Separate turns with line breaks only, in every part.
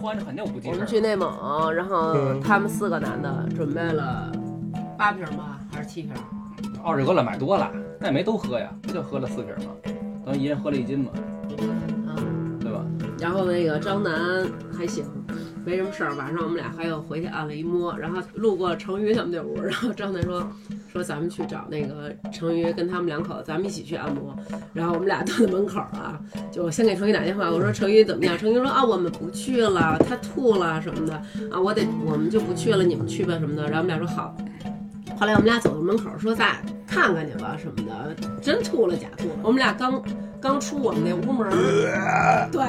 关船就不记
我
事
们
儿。
去内蒙，然后
嗯
他们四个男的准备了八瓶吧，还是七瓶？
奥瑞格勒买多了，那也没都喝呀，不就喝了四瓶吗？等于一人喝了一斤嘛，
嗯，
对吧？
然后那个张楠还行，没什么事儿。晚上我们俩还又回去按了一摸，然后路过成瑜他们那屋，然后张楠说说咱们去找那个成瑜跟他们两口子，咱们一起去按摩。然后我们俩到那门口啊，就先给成瑜打电话，我说成瑜怎么样？成瑜说啊我们不去了，他吐了什么的啊，我得我们就不去了，你们去吧什么的。然后我们俩说好。后来我们俩走到门口，说再看看去吧什么的，真吐了假吐了。我们俩刚刚出我们那屋门儿，对，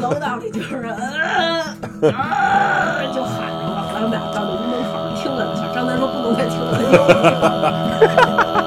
楼道里就是呃啊就喊着了。后来我们俩到那屋门口儿听了一下，张楠说不能再听了。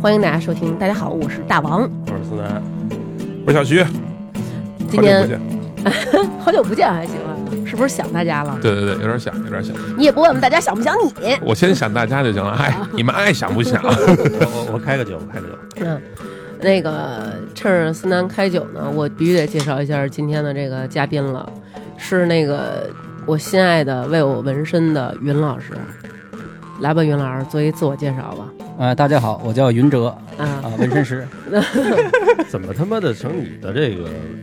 欢迎大家收听，大家好，我是大王，
我是思南，我是小徐，
今
好久不
天
见。
好久不见还行啊，是不是想大家了？
对对对，有点想，有点想。
你也不问问大家想不想你？
我先想大家就行了，哎，你们爱想不想？
我我我开个酒，我开个酒。
嗯，那个趁着思南开酒呢，我必须得介绍一下今天的这个嘉宾了，是那个我心爱的为我纹身的云老师。来吧，云老师，做一自我介绍吧。
呃，大家好，我叫云哲
啊，
啊，纹身师。
怎么他妈的成你的这个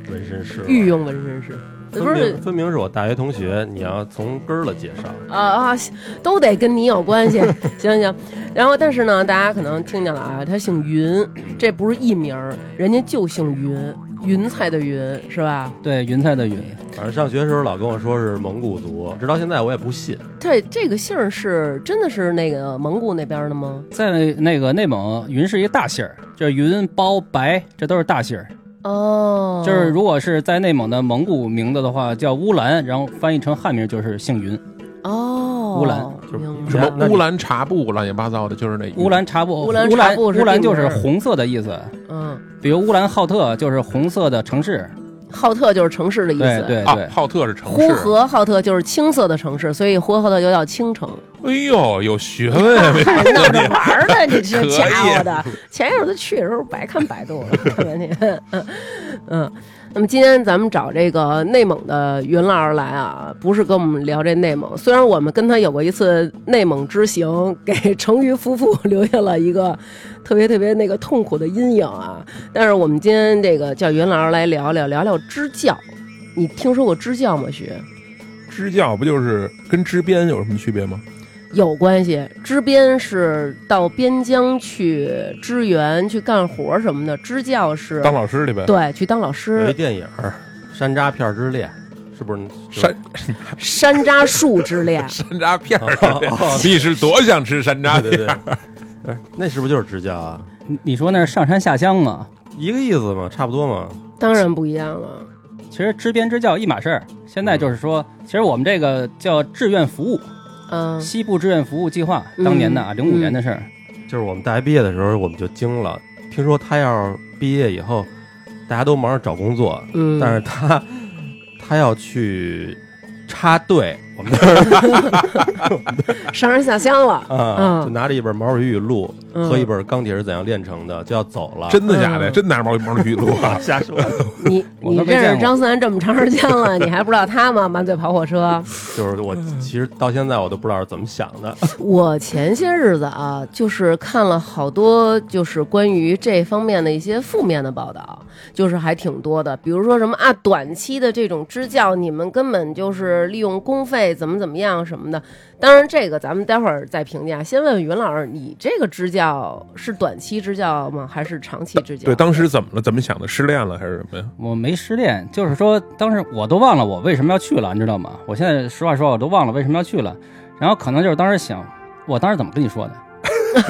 纹身师了？
御用纹身师，
分
不是
明分明是我大学同学，你要从根儿了介绍。
啊啊，行都得跟你有关系。行行，然后但是呢，大家可能听见了啊，他姓云，这不是艺名儿，人家就姓云，云彩的云是吧？
对，云彩的云，
反正上学的时候老跟我说是蒙古族，直到现在我也不信。
他这个姓儿是真的是那个蒙古那边儿的吗？
在那个内蒙，云是一大姓儿，就是云、包、白，这都是大姓儿。
哦，
就是如果是在内蒙的蒙古名字的话，叫乌兰，然后翻译成汉名就是姓云。
嗯哦，
乌兰
就是
明白
什么
那你
乌兰察布，乱七八糟的，就是那
乌兰察布，
乌
乌
兰察
兰
布是
乌兰
地名
就
儿
是红色的意思，
嗯，
比如乌兰浩特就是红色的城市。
浩特就是城市的意
对
思。
对
啊
对，，
浩特是城
呼
市。
和浩特就是青色的城市，所以呼和浩特又叫青城。
哎呦，有学问，
还 闹着 玩儿呢，你这
可以
家伙的！前一阵子去的时候白看百度了，特别那个， 嗯。那么今天咱们找这个内蒙的云老师来啊，不是跟我们聊这内蒙，虽然我们跟他有过一次内蒙之行，给成瑜夫妇 留下了一个特别特别那个痛苦的阴影啊，但是我们今天这个叫云老师来聊聊聊聊支教，你听说过支教吗？徐？
支教不就是跟支边有什么区别吗？
有关系，支边是到边疆去支援、去干活什么的，支教是
当老师去呗。
对去当老
有一
师，
电影儿《山楂片儿之恋》，是不是？
山
山楂树之恋
山楂片儿
哦哦哦，
你是多想吃山楂
对对
片
对
儿？，
不是那是不是就是支教啊？
你你说那是上山下乡吗？
一个意思嘛，差不多嘛。
当然不一样了。
其实支边支教一码事儿。现在就是说，其实我们这个叫志愿服务，
嗯，
西部志愿服务计划，当年的啊，
嗯
零五年的事儿。
就是我们大学毕业的时候，我们就惊了，听说他要毕业以后，大家都忙着找工作，
嗯，
但是他他要去插队，我们那儿
上山下乡了，
啊，
嗯
就拿着一本《毛主席语录》
嗯
和一本《钢铁是怎样炼成的》，就要走了。
真的假的？
嗯
真拿着毛毛主席录啊？
瞎说，
你
我
你
都没
认
见
识
过
张思楠这么长时间了，你还不知道他吗？满嘴跑火车。
就是我其实到现在我都不知道是怎么想的。
我前些日子啊，就是看了好多就是关于这方面的一些负面的报道，就是还挺多的。比如说什么啊，短期的这种支教，你们根本就是利用公费怎么怎么样什么的。当然，这个咱们待会儿再评价。先问问云老师，你这个支教是短期支教吗？还是长期支教？
对，当时怎么了？怎么想的？失恋了还是什么呀？
我没失恋，就是说当时我都忘了我为什么要去了，你知道吗？我现在实话说，我都忘了为什么要去了。然后可能就是当时想，我当时怎么跟你说的？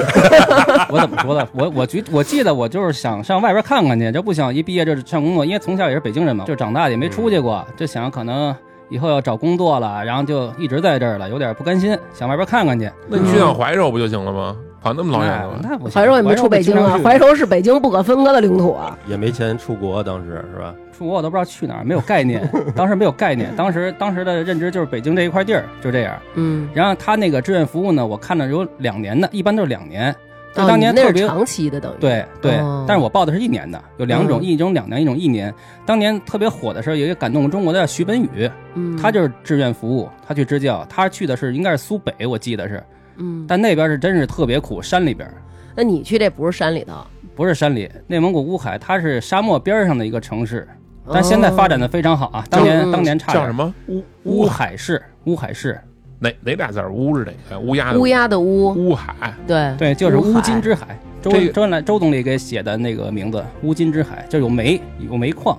我怎么说的？我我觉我记得我就是想上外边看看去，这不想一毕业就上工作，因为从小也是北京人嘛，就长大也没出去过，就想可能以后要找工作了，然后就一直在这儿了，有点不甘心，想外边看看去。
那你去趟怀柔不就行了吗？跑那么老远干嘛？
嗯哎那不行
怀柔也没出北京啊，
不经常去
怀柔是北京不可分割的领土啊。
也没钱出国，当时是吧？
出国我都不知道去哪儿，没有概念，当时没有概念，当时当时的认知就是北京这一块地儿就这样。
嗯，
然后他那个志愿服务呢，我看了有两年的，一般都是两年，就
哦
当年
你那
特
是
别、
长期的，等于
对对
哦，
但是我报的是一年的，有两种，
嗯
一种两年，一种一年。当年特别火的时候，有一个感动中国的叫徐本宇，
嗯
他就是志愿服务，他去支教，他去的是应该是苏北，我记得是，
嗯，
但那边是真是特别苦，山里边
那你去这不是山里头，
不是山里，内蒙古乌海，它是沙漠边上的一个城市，但现在
哦
发展的非常好啊，当年
嗯
当年差
叫什
点。
么乌
乌海市，乌海市，
哪哪俩字儿？乌是哪个？乌鸦
哦
的
乌鸦的乌，
乌海。
对
对，就是
乌
乌
海
金之海。周
这个
周恩来周总理给写的那个名字“乌金之海”，就有煤有煤矿。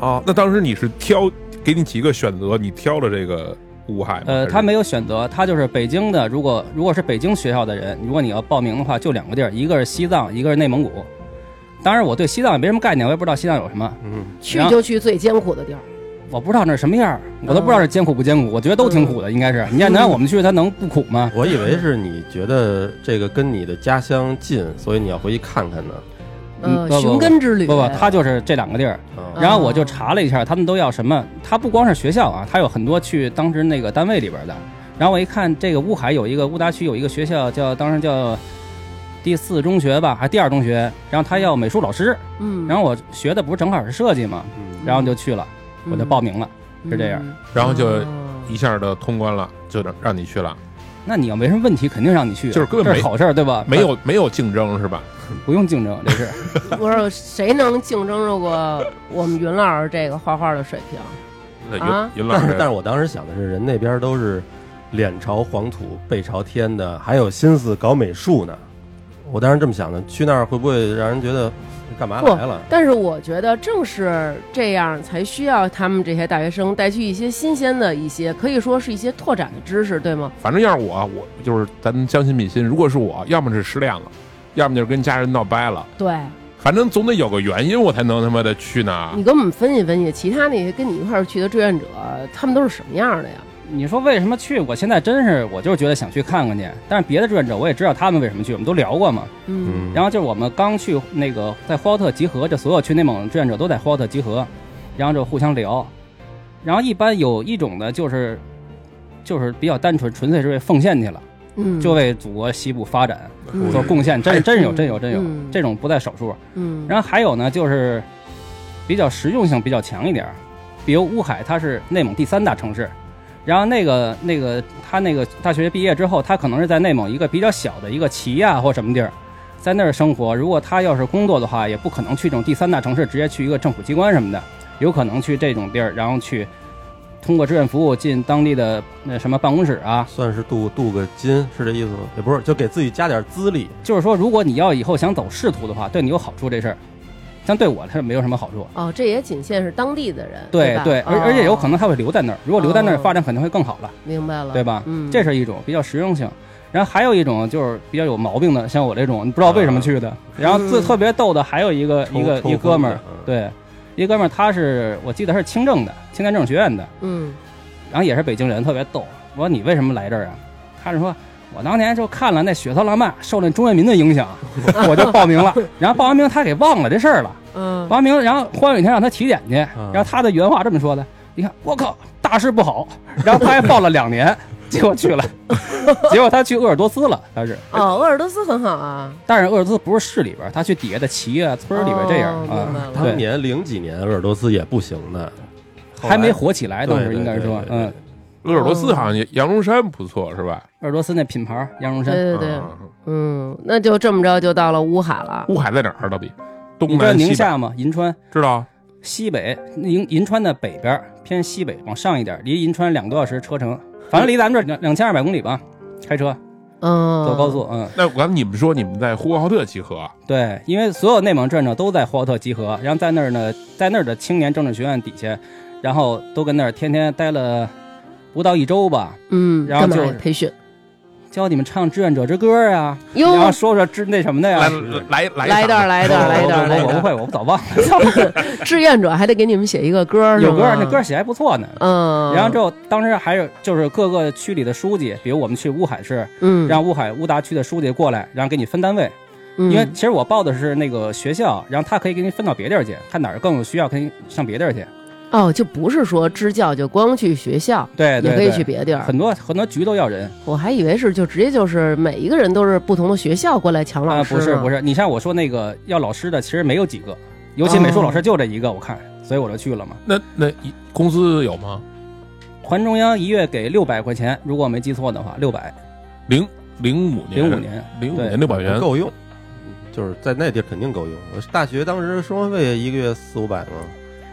哦，那当时你是挑给你几个选择，你挑了这个乌海吗？
呃，他没
有
有选择，他就是北京的。如果如果是北京学校的人，如果你要报名的话，就两个地儿，一个是西藏，一个是内蒙古。当然，我对西藏也没什么概念，我也不知道西藏有什么，
嗯，
去就去最艰苦的地儿，
我不知道那是什么样儿，我都不知道是艰苦不艰苦。我觉得都挺苦的，应该是。你看，能让我们去，它能不苦吗？
我以为是你觉得这个跟你的家乡近，所以你要回去看看呢。
嗯
呃
不不
寻根之旅。
不不，他就是这两个地儿。
啊、
然后我
哦
就查了一下，他们都要什么？他不光是学校啊，他有很多去当时那个单位里边的。然后我一看，这个乌海有一个乌达区有一个学校叫当时叫第四中学吧，还是第二中学。然后他要美术老师，
嗯，
然后我学的不是正好是设计嘛，
嗯
然后就去了，我就报名了。
嗯
是这样，
嗯
然后就
哦
一下的通关了，就让让你去了，
那你要没什么问题，肯定让你去啊，
就是根本
这
没
好事儿对吧？
没有没有竞争是吧？
不用竞争，这是
我说谁能竞争着过我们云老师这个画画的水平？
那
啊
云云呃老
但是
嗯
师，
但是我当时想的是，人那边都是脸朝黄土背朝天的，还有心思搞美术呢。我当时这么想的，去那儿会不会让人觉得干嘛来了？
但是我觉得正是这样，才需要他们这些大学生带去一些新鲜的一些，可以说是一些拓展的知识，对吗？
反正要是我，我就是咱将心比心，如果是我，要么是失恋了，要么就是跟家人闹掰了，
对
反正总得有个原因，我才能他妈的去呢
你。给我们分析分析，其他那些跟你一块儿去的志愿者，他们都是什么样的呀？
你说为什么去？我现在真是，我就是觉得想去看看去。但是别的志愿者我也知道他们为什么去，我们都聊过嘛。
嗯，
然后就是我们刚去那个在呼和浩特集合，这所有去内蒙志愿者都在呼和浩特集合，然后就互相聊。然后一般有一种呢，就是就是比较单纯，纯粹是为奉献去了，
嗯，
就为祖国西部发展
嗯
做贡献，真
哎
是真是有真有真有
嗯，
这种不在少数。啊
嗯，
然后还有呢，就是比较实用性比较强一点儿，比如乌海它是内蒙第三大城市，然后那个那个他那个大学毕业之后，他可能是在内蒙一个比较小的一个旗呀、或什么地儿，在那儿生活。如果他要是工作的话，也不可能去这种第三大城市，直接去一个政府机关什么的，有可能去这种地儿，然后去通过志愿服务进当地的那什么办公室啊，
算是镀镀个金，是这意思吗？也不是，就给自己加点资历。
就是说，如果你要以后想走仕途的话，对你有好处这事儿，但对我它是没有什么好处。
哦，这也仅限是当地的人，
对
吧
对，而而且有可能他会留在那儿，如果留在那儿，
哦
发展肯定会更好了，
明白了，
对吧？
嗯，
这是一种比较实用性。然后还有一种就是比较有毛病的，像我这种，你不知道为什么去的。然后最
嗯
特别逗的还有一个
抽
一个
抽
一哥们儿
风的嗯，
对，一哥们儿他是我记得他是清政的，清南政学院的，
嗯
然后也是北京人，特别逗。我说你为什么来这儿啊？他是说。我当年就看了那《血色浪漫》，受那钟跃民的影响，我就报名了。然后报完名，他给忘了这事儿了。
嗯，
王明，然后荒有一天让他体检去，
嗯
然后他的原话这么说的：“你看，我靠，大事不 好。”然后他还报了两年， 结果去了，结果他去鄂尔多斯了，他是，
哦，鄂尔多斯很好啊，
但是鄂尔多斯不是市里边，他去底下的旗啊、村儿里边这样、
哦明白
啊
了，
嗯当
对，
年零几年鄂尔多斯也不行的，后来
还没火起来，当
对
时
对
应该
对
说
对，对
嗯，
鄂尔多斯好像也羊绒衫不错是吧？
鄂尔多斯那品牌羊绒
对
衫，
对对，
嗯
嗯，那就这么着就到了乌海了，
乌海在哪儿啊？到底
你
东
知道
南西
宁
北
夏吗？银川
知道？
西北，银银川的北边偏西北往上一点，离银川两个多小时车程，反正离咱们这儿两两千二百公里吧，开车
嗯，
走高速，嗯。
那我刚你们说你们在呼和浩特集合，
对，因为所有内蒙志愿者都在呼和浩特集合，然后在那儿呢，在那儿的青年政治学院底下，然后都跟那儿天天待了不到一周吧，
嗯，
然后
干嘛
就是
培训，
教你们唱《志愿者之歌》呀，
哟
然，后说说志那什么的
来
呀。
来
来一段，来一段，来一段，来一
我我不
段。
会，我早忘了。
志愿者还得给你们写一个歌，
有歌
是
儿，
吗
那歌儿，写还不错呢。
嗯，
然后之后，当时还有就是各个区里的书记，比如我们去乌海市，
嗯，
让乌海乌达区的书记过来，然后给你分单位。因为
嗯
其实我报的是那个学校，然后他可以给你分到别地儿去，看哪儿更有需要，可以上别地儿去。
哦，就不是说支教就光去学校，
对
也
对
可
对，
以去别的地儿。
很多很多局都要人
我还以为是就直接就是每一个人都是不同的学校过来抢
啊、
老师
不
呢，
是不是，你像我说那个要老师的，其实没有几个，尤其美术老师就这一个，我看，所以我就去了嘛。
那那一工资有吗？
环中央一月给六百块钱，如果我没记错的话，六百
零零五年，
零五年，
零五
对
年六百元，
够用，嗯就是在那地儿肯定够用。我大学当时生活费一个月四五百嘛，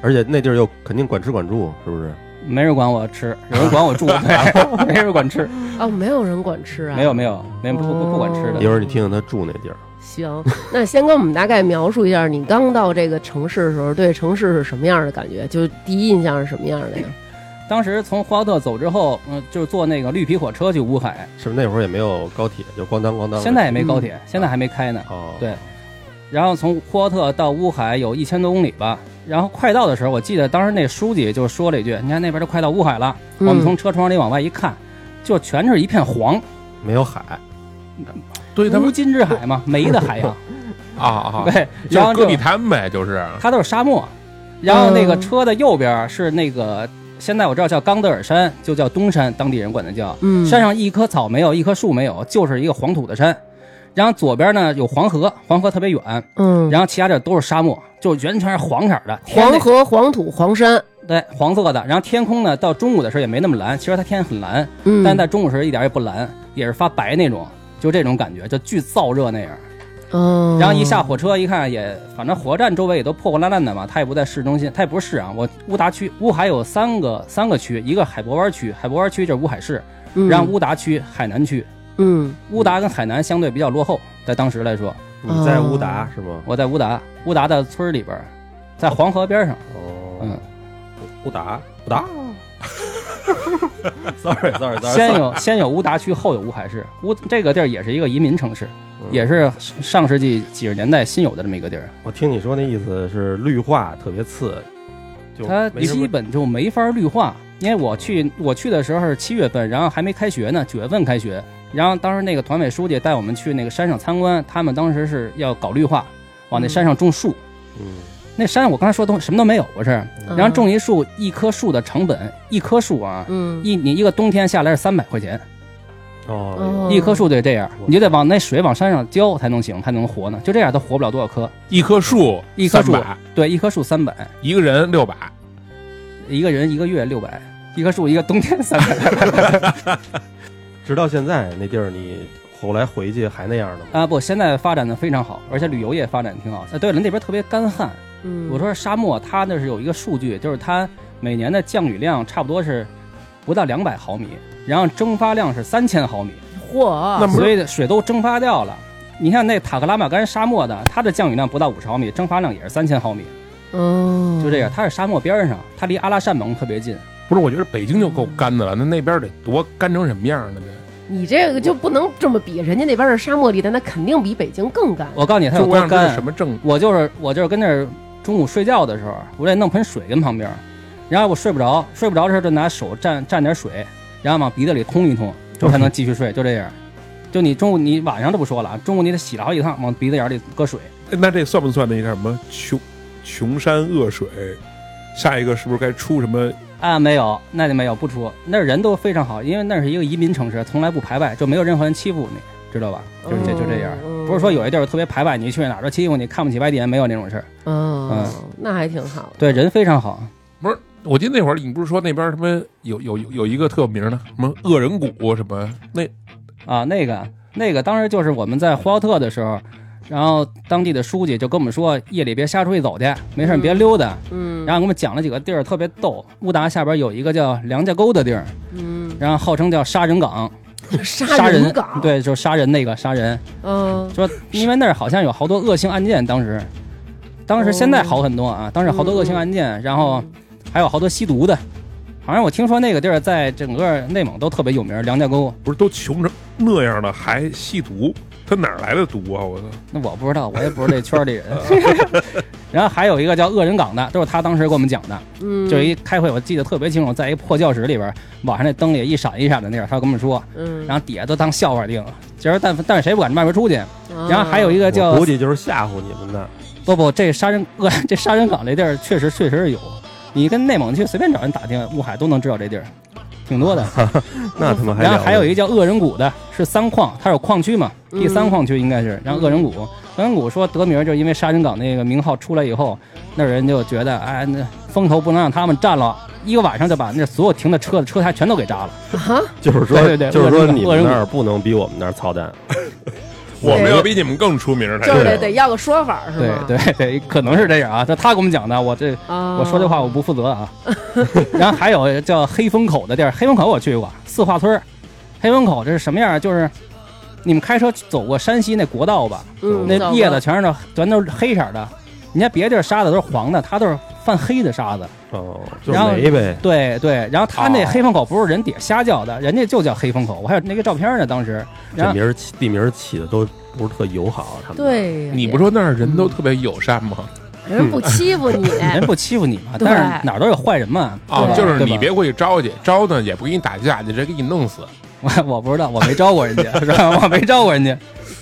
而且那地儿又肯定管吃管住，是不是？
没人管我吃，有人管我住， 对，没人管吃，
哦，没有人管吃啊，
没有没有，没不不不管吃
哦
的
一。会儿你听听他住那地儿，
行，那先跟我们大概描述一下，你刚到这个城市的时候，对城市是什么样的感觉？就第一印象是什么样的呀？
当时从呼和浩特走之后，嗯、就是坐那个绿皮火车去乌海，
是不是那会儿也没有高铁，就咣当咣当的。
现在也没高铁，现在还没开呢。
哦，
对然后从呼和浩特到乌海有一千多公里吧。然后快到的时候，我记得当时那书记就说了一句：“你看那边都快到乌海了。
嗯
我们从车窗里往外一看，就全是一片黄，
没有海，
对他
无
们
金之 海嘛，煤的海洋。
啊啊，
嗯对，
就
然
是
后
戈
就
壁滩呗，就是
它都是沙漠。然后那个
嗯
车的右边是那个，现在我知道叫冈德尔山，就叫东山，当地人管它叫。
嗯，
山上一棵草没有，一棵树没有，就是一个黄土的山。然后左边呢有黄河，黄河特别远，
嗯，
然后其他地儿都是沙漠，就全全是黄色儿的。天那
黄河、黄土、黄山，
对，黄色的。然后天空呢，到中午的时候也没那么蓝，其实它天很蓝，
嗯，
但在中午时候一点也不蓝，也是发白那种，就这种感觉，就巨燥热那样。
嗯，
然后一下火车一看也，反正火车站周围也都破破烂烂的嘛，它也不在市中心，它也不是市啊。我乌达区，乌海有三个三个区，一个海博湾区，海博湾区就是乌海市，
嗯，
然后乌达区、海南区，
嗯
乌达跟海南相对比较落后，在当时来说，
你在
哦
乌达是吗？
我在乌达，乌达的村儿里边儿，在黄河边上，
哦，
嗯，
乌达，乌
嗯
达。sorry sorry sorry，
先有先有乌达区，后有乌海市。乌这个地儿也是一个移民城市，
嗯
也是上世纪几十年代新有的这么一个地儿，
我听你说那意思是绿化特别次，就
它
没什
基
么
本就没法绿化。因为我
嗯
去我去的时候是七月份，然后还没开学呢，九月份开学。然后当时那个团委书记带我们去那个山上参观，他们当时是要搞绿化，往那山上种树。
嗯
那山我刚才说都什么都没有，不是？
嗯
然后种一树，一棵树的成本，一棵树啊，
嗯
一你一个冬天下来是三百块钱。
哦，
一
嗯
棵树得这样
我，
你就得往那水往山上浇才能行，才能活呢。就这样都活不了多少棵。
一棵树，
一棵树
300
对，一棵树三百，
一个人六百，
一个人一个月六百，一棵树一个冬天三百
直到现在那地儿你后来回去还那样的吗？
啊！不，现在发展的非常好，而且旅游业发展得挺好。啊，对了，那边特别干旱。
嗯，
我说沙漠，它那是有一个数据，就是它每年的降雨量差不多是不到两百毫米，然后蒸发量是三千毫米，
嚯，
所以水都蒸发掉了。你看那塔克拉玛干沙漠的，它的降雨量不到五十毫米，蒸发量也是三千毫米。
嗯，
哦就这样，它是沙漠边儿上，它离阿拉善盟特别近。
不是？我觉得北京就够干的了，那那边得多干成什么样呢？
你这个就不能这么比，人家那边是沙漠地带，那肯定比北京更干。
我告诉你，
这
它有
中国人
多
这是
干
什。么政？
我就是我就是跟那儿中午睡觉的时候，我得弄盆水跟旁边儿，然后我睡不着，睡不着的时候就拿手蘸蘸点水，然后往鼻子里通一通，就才能继续睡。就这样，就你中午你晚上就不说了，中午你得洗了好几趟，往鼻子眼儿里搁水。
那这算不算那叫什么穷穷山恶水？下一个是不是该出什么？
啊，没有，那就没有不出。那儿人都非常好，因为那儿是一个移民城市，从来不排外，就没有任何人欺负你，知道吧？就是这就这样，
嗯
不是说有些地儿特别排外，你去哪儿都欺负你，看不起外地人，没有那种事儿。
嗯，那还挺好的。
对，人非常好。
我记得那会儿你不是说那边什么有有有有一个特有名的什么恶人谷什么那
啊，那个那个，当时就是我们在呼和浩特的时候，然后当地的书记就跟我们说，夜里别瞎出去走去，没事儿
嗯
别溜达。
嗯，
然后给我们讲了几个地儿，特别逗。乌达下边有一个叫梁家沟的地儿，
嗯，
然后号称叫杀人港，
杀
人
岗，，
对，就是杀人那个杀人。
嗯
说因为那儿好像有好多恶性案件，当时，
哦嗯
当时现在好很多啊，当时好多恶性案件，然后还有好多吸毒的，好像我听说那个地儿在整个内蒙都特别有名，梁家沟。
不是都穷成那样了还吸毒，他哪儿来的毒啊？我操！
那我不知道，我也不是这圈儿里人。 然后还有一个叫恶人港的，都是他当时给我们讲的。
嗯，
就一开会，我记得特别清楚，在一破教室里边，晚上那灯也一闪一闪的那样，他跟我们说，
嗯，
然后底下都当笑话听。其实但但是谁不敢外边出去？
后
然后还有一个
我
叫
估计就是吓唬你们 的。
不不，这杀人恶 这杀人港这地儿确实确实是有，你跟内蒙去随便找人打听，乌海都能知道这地儿，挺多的。
那他妈还
然后还有一
一
个叫恶人谷的，是三矿，它有矿区嘛，第
嗯
三矿区应该是。然后恶人谷，恶人谷说得名就是因为沙尘港那个名号出来以后，那人就觉得哎，那风头不能让他们占了，一个晚上就把那所有停的车的车胎全都给扎了。
就是说
对对对
就是说
恶人
你
恶
们
人
那儿不能比我们那儿操蛋。
我们要比你们更出名才
就是
是。
得得要个说法是
对
吗？
对对，可能是这样啊，这他给我们讲的，我这
啊，
我说这话我不负责啊。 然后还有叫黑风口的地儿，黑风口我去过，四化村儿，黑风口这是什么样儿？就是你们开车走过山西那国道吧？
嗯
那叶子全是那全都是黑色的，你看别地儿沙子都是黄的，它都是泛黑的沙子。
哦，就
然后
没呗。
对对，然后它那黑风口不是人底下瞎叫的，人家就叫黑风口。我还有那个照片呢，当时。然
这
后
名儿起地名儿起的都不是特友好，他们
对呀，
你不说那儿人都特别友善吗？
人不欺负 你，
人不欺负你嘛，
哎对
但是哪儿都有坏人嘛。
啊，
对
就是
对
你
吧
别过去招去，招呢也不给你打架，你直接给你弄死。
我 我不知道，我没招过人家，是 吧？我没招过人家。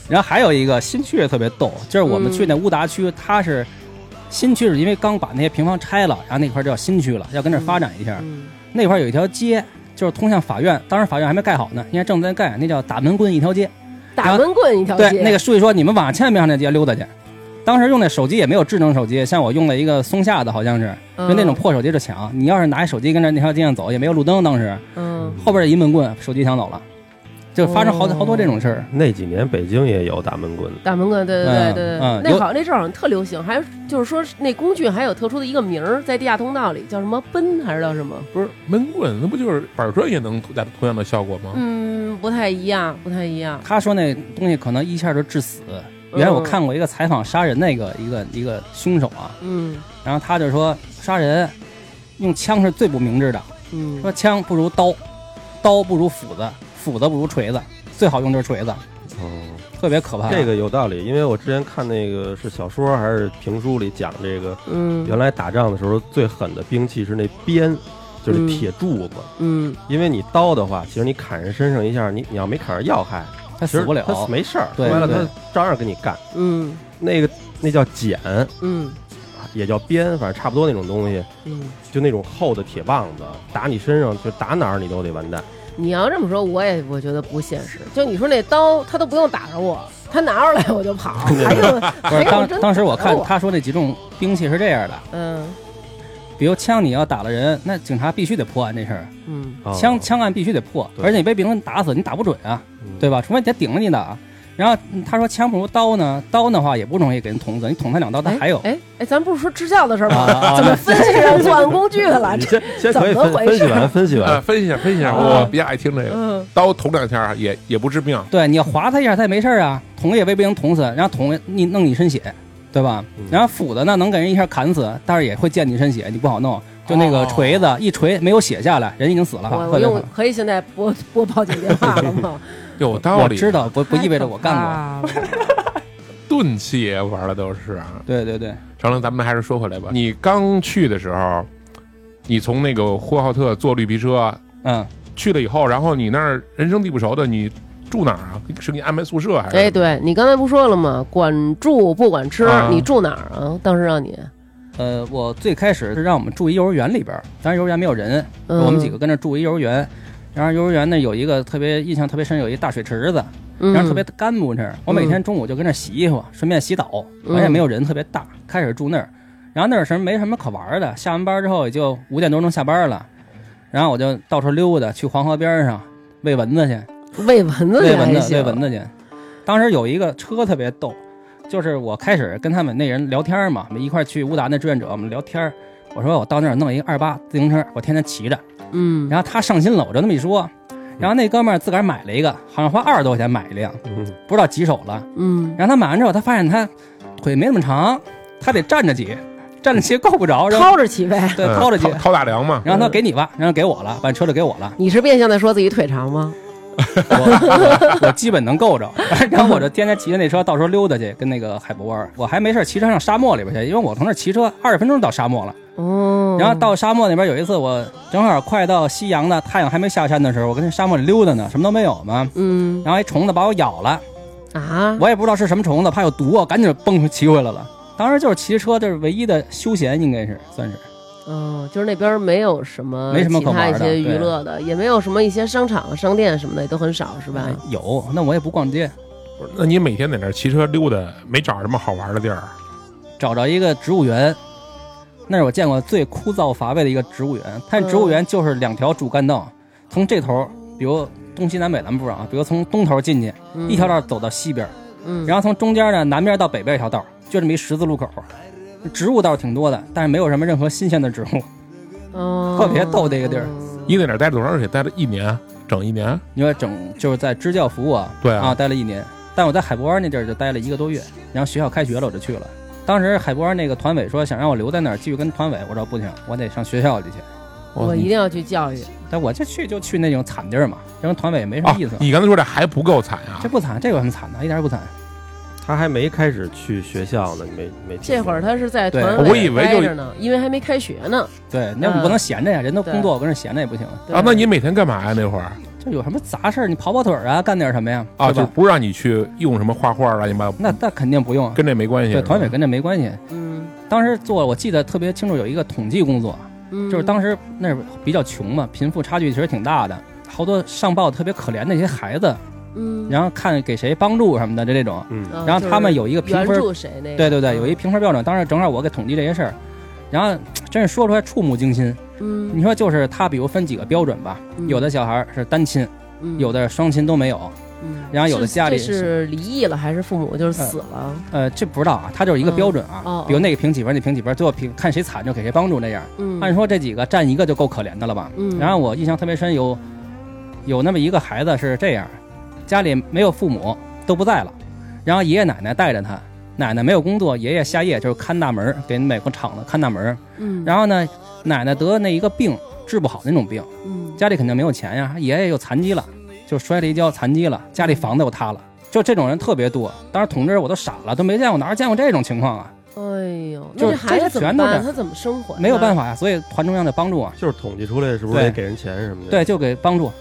然后还有一个新区也特别逗，就是我们去那乌达区，它是新区，是因为刚把那些平房拆了，然后那块儿叫新区了，要跟这儿发展一下。
嗯
那块儿有一条街，就是通向法院，当时法院还没盖好呢，应该正在盖，那叫打门棍一条街。
打闷棍一条街，
对，那个书记说你们晚上千万别上那街溜达去。当时用那手机也没有智能手机，像我用了一个松下的，好像是，
嗯
就那种破手机就抢。你要是拿一手机跟着那条街上走，也没有路灯，当时
嗯，
后边一闷棍，手机抢走了，就发生好
哦
好多这种事儿。
那几年北京也有打闷棍的，
打闷棍，对对对对
嗯
对
嗯，
那
有
好，那阵儿好像特流行，还有就是说那工具还有特殊的一个名儿，在地下通道里叫什么奔还是叫什么？
不是闷棍，那不就是板砖也能达到同样的效果吗？
嗯，不太一样，不太一样。
他说那东西可能一下就致死。
嗯
原来我看过一个采访杀人那个一个一个凶手啊，
嗯
然后他就说杀人用枪是最不明智的，
嗯，
说枪不如刀，刀不如斧子，斧子不如锤子，最好用就是锤子，
哦，
特别可怕。啊
这个有道理，因为我之前看那个是小说还是评书里讲这个，
嗯
原来打仗的时候最狠的兵器是那鞭，就是那铁柱子。
嗯
因为你刀的话，其实你砍人身上一下，你你要没砍上要害，
他
其
死
实
不了，
他没事儿。
对
完了
对
他照样跟你干。
嗯
那个那叫锏，
嗯
也叫鞭，反正差不多那种东西，
嗯，
就那种厚的铁棒子，打你身上就打哪儿你都得完蛋。
你要这么说，我也我觉得不现实。就你说那刀，他都不用打着我，他拿出来我就跑， 还有
不
还
是
有
当
哎真啊
当时我
打
看他说那几种兵器是这样的，
嗯
比如枪，你要打了人，那警察必须得破案这事儿，
嗯
哦
枪枪案必须得破，
对嗯
而且你被别人打死，你打不准啊，对吧？除非你顶着你打。然后嗯他说枪不如刀呢，刀的话也不容易给人捅死，你捅他两刀，他哦还有。
哎哎，咱不是说支教的事儿
啊
吗？
啊
怎么分析上作案工具了？
你
这
先先可以
怎么
分
回
分析
事
完分 析
啊，
完，
分析一下，分析一下，
啊
我比较爱听这 个。
嗯
刀捅两下也也不致命，
对，你要划他一下，他也没事儿啊，捅也未必能捅死，然后捅你弄你一身血，对吧？
嗯
然后斧子呢，能给人一下砍死，但是也会溅你一身血，你不好弄。就那
哦
个锤子一锤，没有血下来，人已经死了。
我
特
我
别
用
狠
可以现在拨 拨报警电话了吗？
有道
我
理。啊
知道，不不 意味着 我干过。
过。
钝器也玩的都是啊。
对对对，
成了，咱们还是说回来吧。你刚去的时候，你从那个呼和浩特坐绿皮车
嗯，
去了以后，然后你那儿人生地不熟的，你住哪儿啊？是给你安排宿舍还是？
哎，对你刚才不说了吗？管住不管吃，
啊
你住哪儿啊？当时让你，
呃，我最开始是让我们住一幼儿园里边儿，当时幼儿园没有人，
嗯
我们几个跟着住一幼儿园。然后幼儿园呢有一个特别印象特别深，有一大水池子，
嗯
然后特别干不那儿。我每天中午就跟那儿洗衣服，顺便洗澡，
嗯
而且没有人，特别大。开始住那儿，然后那儿什么没什么可玩儿的，下完班之后也就五点多钟下班了，然后我就到处溜达，去黄河边儿上喂蚊子去。
喂蚊子去
喂
还
蚊子，
行
喂蚊子去。当时有一个车特别逗，就是我开始跟他们那人聊天儿嘛，我们一块儿去乌达那志愿者，我们聊天儿。我说我到那儿弄一个二八自行车，我天天骑着。
嗯，
然后他上心了，我就那么一说。然后那哥们儿自个儿买了一个，好像花二十多块钱买一辆，
嗯
不知道几手了。
嗯，
然后他买完之后，他发现他腿没那么长，他得站着挤，站着骑够不着，然后
掏着起呗。
对
嗯
掏着骑
掏，掏大梁嘛，
然后他给你吧，然后给我了，把车就给我 了，
你是变相的说自己腿长吗？
我我我基本能够着， 然后我就天天骑着那车到时候溜达去，跟那个海博玩儿。我还没事儿骑车上沙漠里边去，因为我从那儿骑车二十分钟就到沙漠了。
哦，
然后到沙漠那边有一次，我正好快到夕阳的太阳还没下山的时候，我跟那沙漠里溜达呢，什么都没有嘛。
嗯
然后一虫子把我咬了，
啊，
我也不知道是什么虫子，怕有毒，我赶紧就蹦骑回来了。当时就是骑车，就是唯一的休闲，应该是算是。
嗯，就是那边没有什么
没什么
其
可
他
玩
一
的
些
对
娱乐的，也没有什么一些商场、啊商店什么的也都很少，是吧？
哎有，那我也不逛街，
不是那你每天在那儿骑车溜达，没找着什么好玩的地儿？
嗯找着一个植物园，那是我见过最枯燥乏味的一个植物园。它
嗯
植物园就是两条主干道，从这头，比如东西南北咱们不知道啊，比如从东头进去，
嗯
一条道走到西边，
嗯，
然后从中间呢南边到北边一条道，就这么一十字路口。植物倒是挺多的，但是没有什么任何新鲜的植物。
哦
特别逗这个地儿
嗯
你在那儿待了多长时间？待了一年，整一年。
你说整就是在支教服务啊，
对
啊，，待了一年。但我在海博湾那地儿就待了一个多月，然后学校开学了我就去了。当时海博湾那个团委说想让我留在那儿继续跟团委，我说不行，我得上学校里去。
我一定要去教育。
但我这去就去那种惨地儿嘛，跟团委也没什
啊
么意思。，
你刚才说这还不够惨啊
这？不惨，这有什么惨的？一点儿也不惨。
他还没开始去学校呢，你没没听
这会儿他是在
对
团委
我以为
待
就
着呢，因为还没开学呢。
对，那我不能闲着呀，人都工作，我跟这闲着也不行。
对
啊，那你每天干嘛呀？那会儿
这有什么杂事儿？你跑跑腿儿啊，干点什么呀？
啊，
对
就
吧？
不让你去用什么画画乱七八糟，
那那肯定不用啊。
跟这没关系。是
对，
吧
团委跟这没关系。
嗯
当时做，我记得特别清楚，有一个统计工作，
嗯，
就是当时那儿比较穷嘛，贫富差距其实挺大的，好多上报特别可怜的一些孩子，
嗯，
然后看给谁帮助什么的，就这种。
嗯，
嗯
然后他们有一个
就是
评分
援助嗯谁那个？
对对对，有一评分标准。当时正好我给统计这些事儿，然后真是说出来触目惊心。
嗯，
你说就是他，比如分几个标准吧，
嗯
有的小孩儿是单亲，
嗯
有的双亲都没有。
嗯
然后有的
是
家里
这是离异了还是父母就是死了？
呃，这不知道啊，他就是一个标准啊。
嗯哦哦
比如那个评几分，那评几分，最后评看谁惨就给谁帮助那样。
嗯，
按说这几个占一个就够可怜的了吧？
嗯
然后我印象特别深，有有那么一个孩子是这样，家里没有父母都不在了，然后爷爷奶奶带着他，奶奶没有工作，爷爷下夜就是看大门儿，给美国厂子看大门儿。
嗯，
然后呢，奶奶得那一个病治不好那种病，
嗯
家里肯定没有钱呀，爷爷又残疾了，就摔了一跤残疾了，家里房子又塌了，就这种人特别多。当时统治我都傻了，都没见过哪儿见过这种情况啊，
哎呦，那
就
这孩子怎么
全都这
办？
样
他怎么生活？
没有办，法呀、所以团中央的帮助啊，
就是统计出来是不是
对
得给人钱什么的？
对，就给帮助。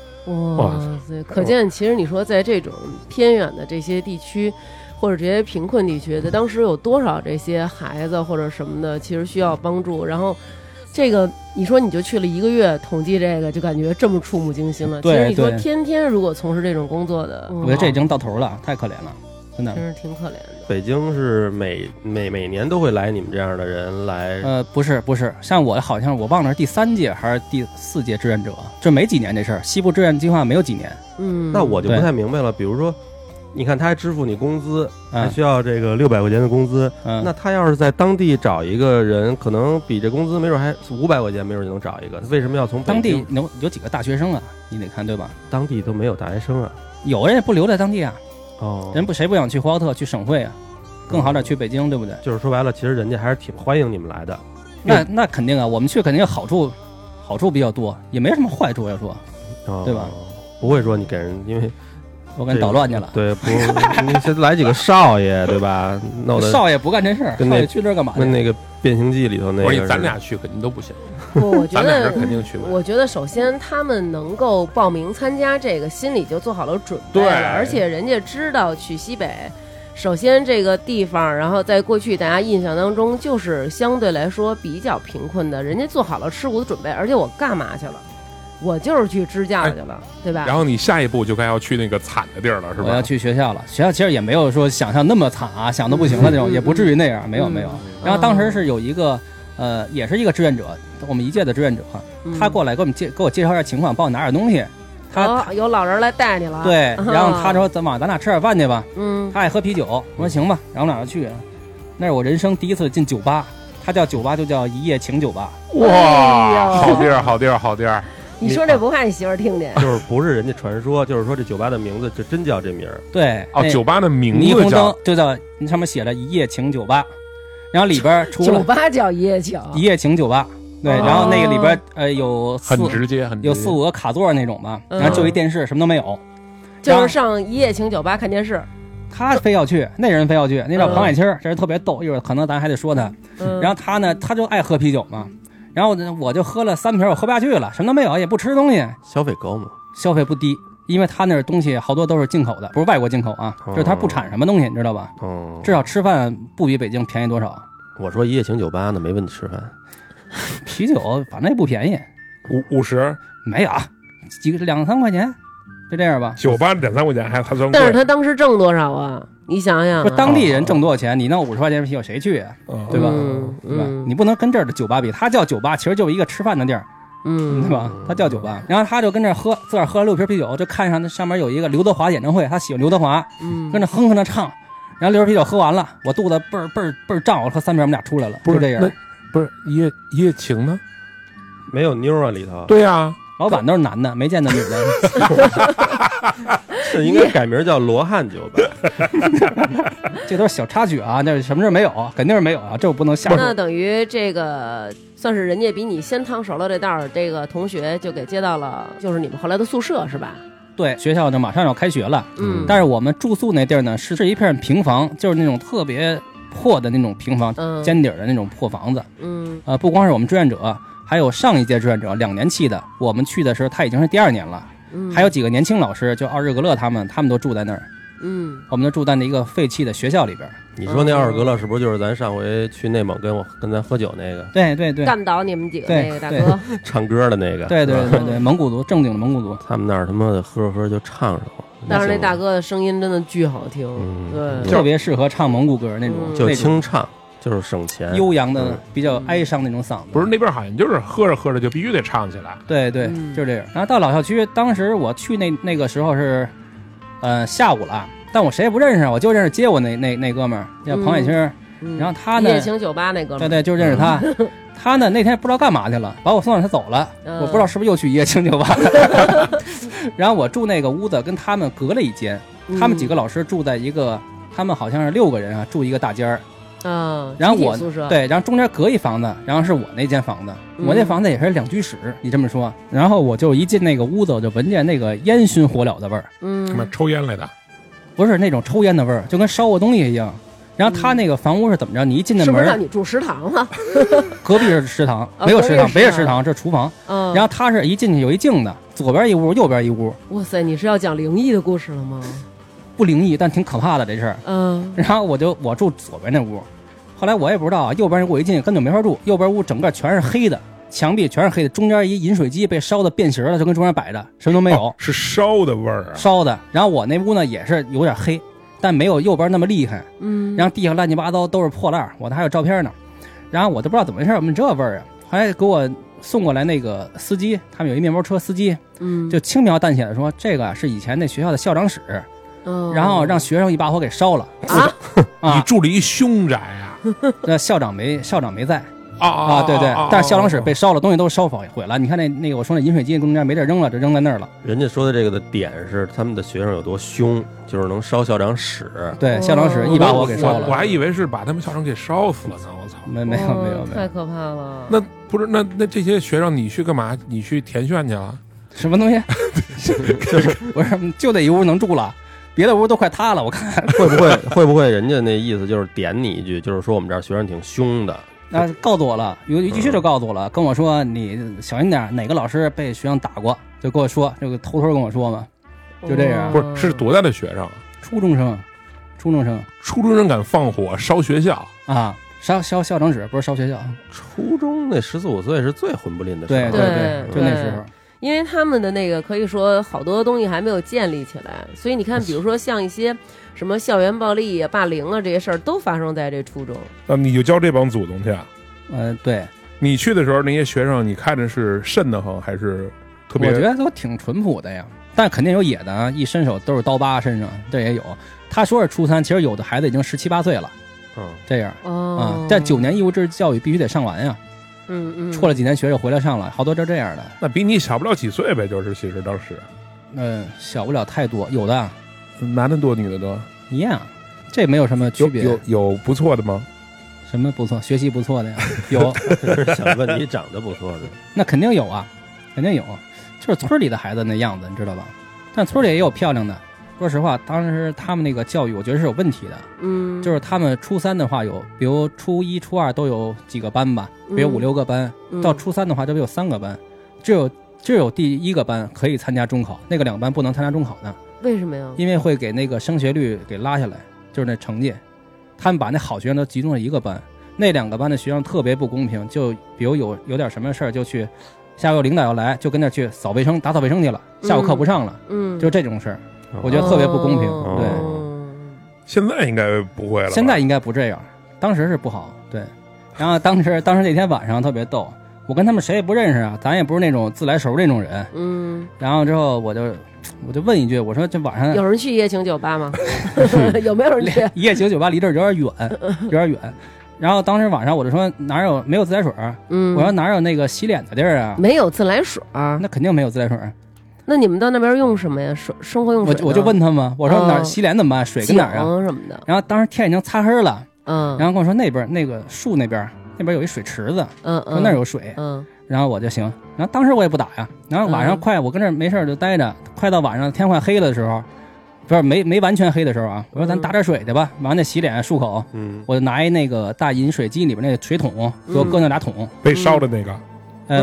哇塞！可见，其实你说在这种偏远的这些地区，或者这些贫困地区，在当时有多少这些孩子或者什么的，其实需要帮助。然后，这个你说你就去了一个月，统计这个就感觉这么触目惊心了。其
对
实你说
对
天天如果从事这种工作的，
我
我
觉得这已经到头了，太可怜了，真的。
真是挺可怜的。
北京是每每每年都会来你们这样的人来，
呃，不是不是，像我好像我忘了是第三届还是第四届志愿者，这没几年这事儿，西部志愿计划没有几年，
嗯，
那我就不
对
太明白了。比如说，你看他还支付你工资，还
嗯
需要这个六百块钱的工资，
嗯，
那他要是在当地找一个人，可能比这工资没准还五百块钱，没准就能找一个。他为什么要从北
当地
京
有有几个大学生啊，你得看对吧？
当地都没有大学生啊？
有人也不留在当地啊，
哦，
人不谁不想去呼和浩特去省会啊，更好点去北京，对不对？
就是说白了，其实人家还是挺欢迎你们来的。
那那肯定啊，我们去肯定好处，好处比较多，也没什么坏处要说，
哦
对吧？
不会说你给人，因为
我给你捣乱去了。
对不，你先来几个 少爷，对吧？弄得
少爷不干这事儿，
跟
少
那
爷去这儿干嘛去？
跟那个《变形记》里头那
我说
个似
你
的，
咱俩去肯定都不行，
不我 觉
咱俩
得
人肯定去不了。
我觉得首先他们能够报名参加这个，心里就做好了准备
对
了，而且人家知道去西北。首先，这个地方，然后在过去大家印象当中，就是相对来说比较贫困的，人家做好了吃苦的准备。而且我干嘛去了？我就是去支教去了，
哎
对吧？
然后你下一步就该要去那个惨的地儿了，是
我要
吧？
去学校了，学校其实也没有说想象那么惨啊，想的不行了那种，
嗯嗯
也不至于那样，没有
嗯
没有。然后当时是有一个，呃，也是一个志愿者，我们一届的志愿者，
嗯
他过来给我们介给我介绍一下情况，帮我拿点东西。他、
嗯哦，有老人来带你了。
对，然后他
啊，
说咱晚上咱俩吃点饭去吧，
嗯
他爱喝啤酒，我说行吧，然后我们俩就去。那是我人生第一次进酒吧，他叫酒吧就叫一夜情酒吧，
哇，
哎呦
好地儿，好地儿，好地儿！
你说
啊
这不怕你媳妇儿 听见？
就是不是人家传说，就是说这酒吧的名字就真叫这名儿。
对，
哦，
那
酒吧的名
霓
字
虹
叫
灯就叫上面写着一夜情酒吧。然后里边儿除
酒
了
吧叫一夜情，
一夜情酒吧，对，
哦
然后那个里边儿呃有四
很直接，很直接
有四五个卡座那种吧，
嗯
然后就一电视，什么都没有。然
就
后
是上一夜情酒吧看电视，
他非要去，那人非要去，那叫
嗯
庞海清儿，这人特别逗，一会儿可能咱还得说他。
嗯，
然后他呢，他就爱喝啤酒嘛，然后呢我就喝了三瓶，我喝不下去了，什么都没有，也不吃东西，
消费高嘛，
消费不低，因为他那儿东西好多都是进口的，不是外国进口啊，就是他不产什么东西，你知道吧？
嗯，
至少吃饭不比北京便宜多少，
我说一夜情酒吧呢，没问你吃饭，
啤酒反正也不便宜，
五五十
没有啊几个两三块钱，就这样吧。
酒吧两三块钱还还算贵，
但是他当时挣多少啊？你想想
不
啊，
是当地人挣多少钱，你弄五十块钱啤酒谁去啊？
嗯
对吧
嗯
对吧？
嗯
你不能跟这儿的酒吧比，他叫酒吧其实就是一个吃饭的地儿，对
嗯，
吧？他叫酒吧，然后他就跟这儿喝，自个儿喝了六瓶啤酒，就看上那上面有一个刘德华演唱会，他喜欢刘德华，
嗯
跟着哼哼着唱。然后六瓶啤酒喝完了，我肚子倍儿倍儿倍儿胀，我喝三瓶，我们俩出来了，
不
就是这样。
那不是一夜一夜情呢？
没有妞啊里头，
对呀，
老板都是男的，没见到女的。
这应该改名叫罗汉酒吧。
这都是小插曲啊，那什么事儿没有，肯定是没有啊，这我不能瞎
那
说。
等于这个算是人家比你先趟熟了这道儿，这个同学就给接到了，就是你们后来的宿舍是吧？
对，学校就马上要开学了，
嗯，
但是我们住宿那地儿呢，是是一片平房，就是那种特别破的那种平房，
嗯
尖底儿的那种破房子。
嗯
呃，不光是我们志愿者，还有上一届志愿者两年期的，我们去的时候他已经是第二年了，
嗯，
还有几个年轻老师，就奥日格勒他们，他们都住在那儿，
嗯
我们都住在那一个废弃的学校里边儿。
你说那奥尔格勒是不是就是咱上回去内蒙跟我跟咱喝酒那 个
对对对
干倒你们几个
对
那个大
对
哥，
唱歌的那个？
对对
是吧
对对，蒙古族正经的蒙古族。
他们那儿他妈的喝着喝着就唱上了，
但是那大哥的声音真的巨好听，
嗯
对，
特别适合唱蒙古歌那种，
嗯
就
那种
清唱，就是省钱。
悠扬的
嗯、
比较哀伤那种嗓子。
不是那边好像就是喝着喝着就必须得唱起来，
对对，
嗯
就是这样。然后到老校区，当时我去那那个时候是，呃，下午了，但我谁也不认识啊，我就认识接我那那那哥们儿叫彭海清儿，
嗯
然后他
一
呢，
夜情酒吧那哥们
对
儿，
对，就认识他。 他呢那天不知道干嘛去了，把我送到他走了，
嗯
我不知道是不是又去一夜情 酒吧。然后我住那个屋子跟他们隔了一间，
嗯
他们几个老师住在一个，他们好像是六个人啊，住一个大间儿。
啊，
然后
集体
我
宿舍，
对，然后中间隔一房子，然后是我那间房子，
嗯
我那房子也是两居室，你这么说，然后我就一进那个屋子，我就闻见那个烟熏火燎的味儿，
他妈
嗯
抽烟来的，
不是那种抽烟的味儿，就跟烧过东西一样。然后他
嗯
那个房屋是怎么着？你一进那
是不
门
是让
儿，
你住食堂了？
隔壁是食堂，
啊
没有
隔壁
食堂，
是
没有
食
食
堂
堂，这是厨房。
嗯，
然后他是一进去有一镜子，左边一屋，右边一屋，
哇塞，你是要讲灵异的故事了吗？
不灵异，但挺可怕的这事儿。
嗯
然后我就我住左边那屋，后来我也不知道啊，右边我一进去根本没法住，右边屋整个全是黑的，墙壁全是黑的，中间一饮水机被烧的变形了，就跟中间摆着，什么都没有，
哦是烧的味儿啊，
烧的。然后我那屋呢也是有点黑，但没有右边那么厉害，
嗯，
然后地上乱七八糟都是破烂儿，我那还有照片呢。然后我都不知道怎么回事，我们这味儿啊，后来给我送过来那个司机，他们有一面包车司机，
嗯
就轻描淡写的说这个啊是以前那学校的校长室，
嗯
然后让学生一把火给烧了
啊
啊
你，住了一凶宅啊
那校长没校长没在。
啊
啊，对对，但是校长室
室
被烧了，东西都烧毁毁了。你看那那个我说那饮水机中间没地儿扔了，就扔在那儿了。
人家说的这个的点是他们的学生有多凶，就是能烧校长室。
对，
哦
校长室一把火给烧
啊我
了，
还以为是把他们校长给烧死了呢，我操！
没没有没有
哇
没
哦太
有，
可怕了，
那不是那那这些学生你去干嘛？你去填炫去了？
什么 东西？不是，就这一屋能住了，别的屋都快塌了。我看
会不会会不会人家那意思就是点你一句，就是说我们这儿学生挺凶的，
啊，告诉我了，有一
嗯
句就告诉我了，跟我说你小心点儿，哪个老师被学生打过，就跟我说，就偷偷跟我说嘛。就这
哦
样
不是是多大的学生？
初中生，初中生
初中生敢放火烧学校？
啊，烧烧校长室不是烧学校，
初中那十四五岁是最混不吝的时
对
候。
对，
对
就那
对
时候。
因为他们的那个可以说好多东西还没有建立起来，所以你
啊
看，比如说像一些什么校园暴力啊、霸凌啊这些事儿，都发生在这初中。
那你就教这帮祖宗去啊。
呃，对，
你去的时候，那些学生你看着是瘆得慌还是特别？
我觉得都挺淳朴的呀，但肯定有野的啊，一伸手都是刀疤，身上这也有。他说是初三，其实有的孩子已经十七八岁了，
嗯，
这样啊、
哦，
但九，年义务制教育必须得上完呀，
嗯嗯，
辍了几年学就回来上了，好多都这样的。
那比你小不了几岁呗，就是其实当时
嗯、小不了太多，有的啊
男的多，女的多，
一样，这没有什么区
有
别。
有有不错的吗？
什么不错，学习不错的呀？ 有，
嗯 想问你长得不错的，
那肯定有啊，肯定有，就是村里的孩子那样子，你知道吧？但村里也有漂亮的。说实话，当时他们那个教育，我觉得是有问题的。
嗯，
就是他们初三的话有，比如初一、初二都有几个班吧，比如五六个班。
嗯
到初三的话，这不有三个班，只有只有第一个班可以参加中考，那个两个班不能参加中考呢，
为什么呀？
因为会给那个升学率给拉下来，就是那成绩。他们把那好学生都集中在一个班，那两个班的学生特别不公平，就比如有有点什么事儿就去，下午有领导要来就跟那儿去扫卫生、打扫卫生去了，下午课不上了，
嗯，
就这种事儿，我觉得特别不公平。
哦
对。
现在应该不会了吧。
现在应该不这样，当时是不好。对，然后当时当时那天晚上特别逗，我跟他们谁也不认识啊，咱也不是那种自来熟那种人。
嗯，
然后之后我就我就问一句，我说这晚上
有人去夜情酒 吧吗？有没有人去？
一夜情酒吧离这儿有点
呃
远，有点远。然后当时晚上我就说哪有没有自来水儿？
嗯，
我说哪有那个洗脸的地儿啊？
没有自来水儿，
那肯定没有自来水儿。
那你们到那边用什么呀？生生活用
我
水
就我就问他们，我说哪
嗯
儿
哦
洗脸怎么办？水
井
跟哪儿啊？
什么的，
然后当时天已经擦黑了，
嗯，
然后跟我说那边儿那个树那边儿那边儿有一水池子，
嗯
说
嗯，
那儿有水。
嗯
然后我就行，然后当时我也不打呀。然后晚上
嗯
快，我跟这儿没事儿就待着，快到晚上天快黑了的时候，不是没没完全黑的时候啊，我说咱
嗯
打点水去吧，晚上再洗脸漱口。
嗯，
我就拿一那个大饮水机里边那个水桶，给我搁那俩桶，
被烧的那个，
呃，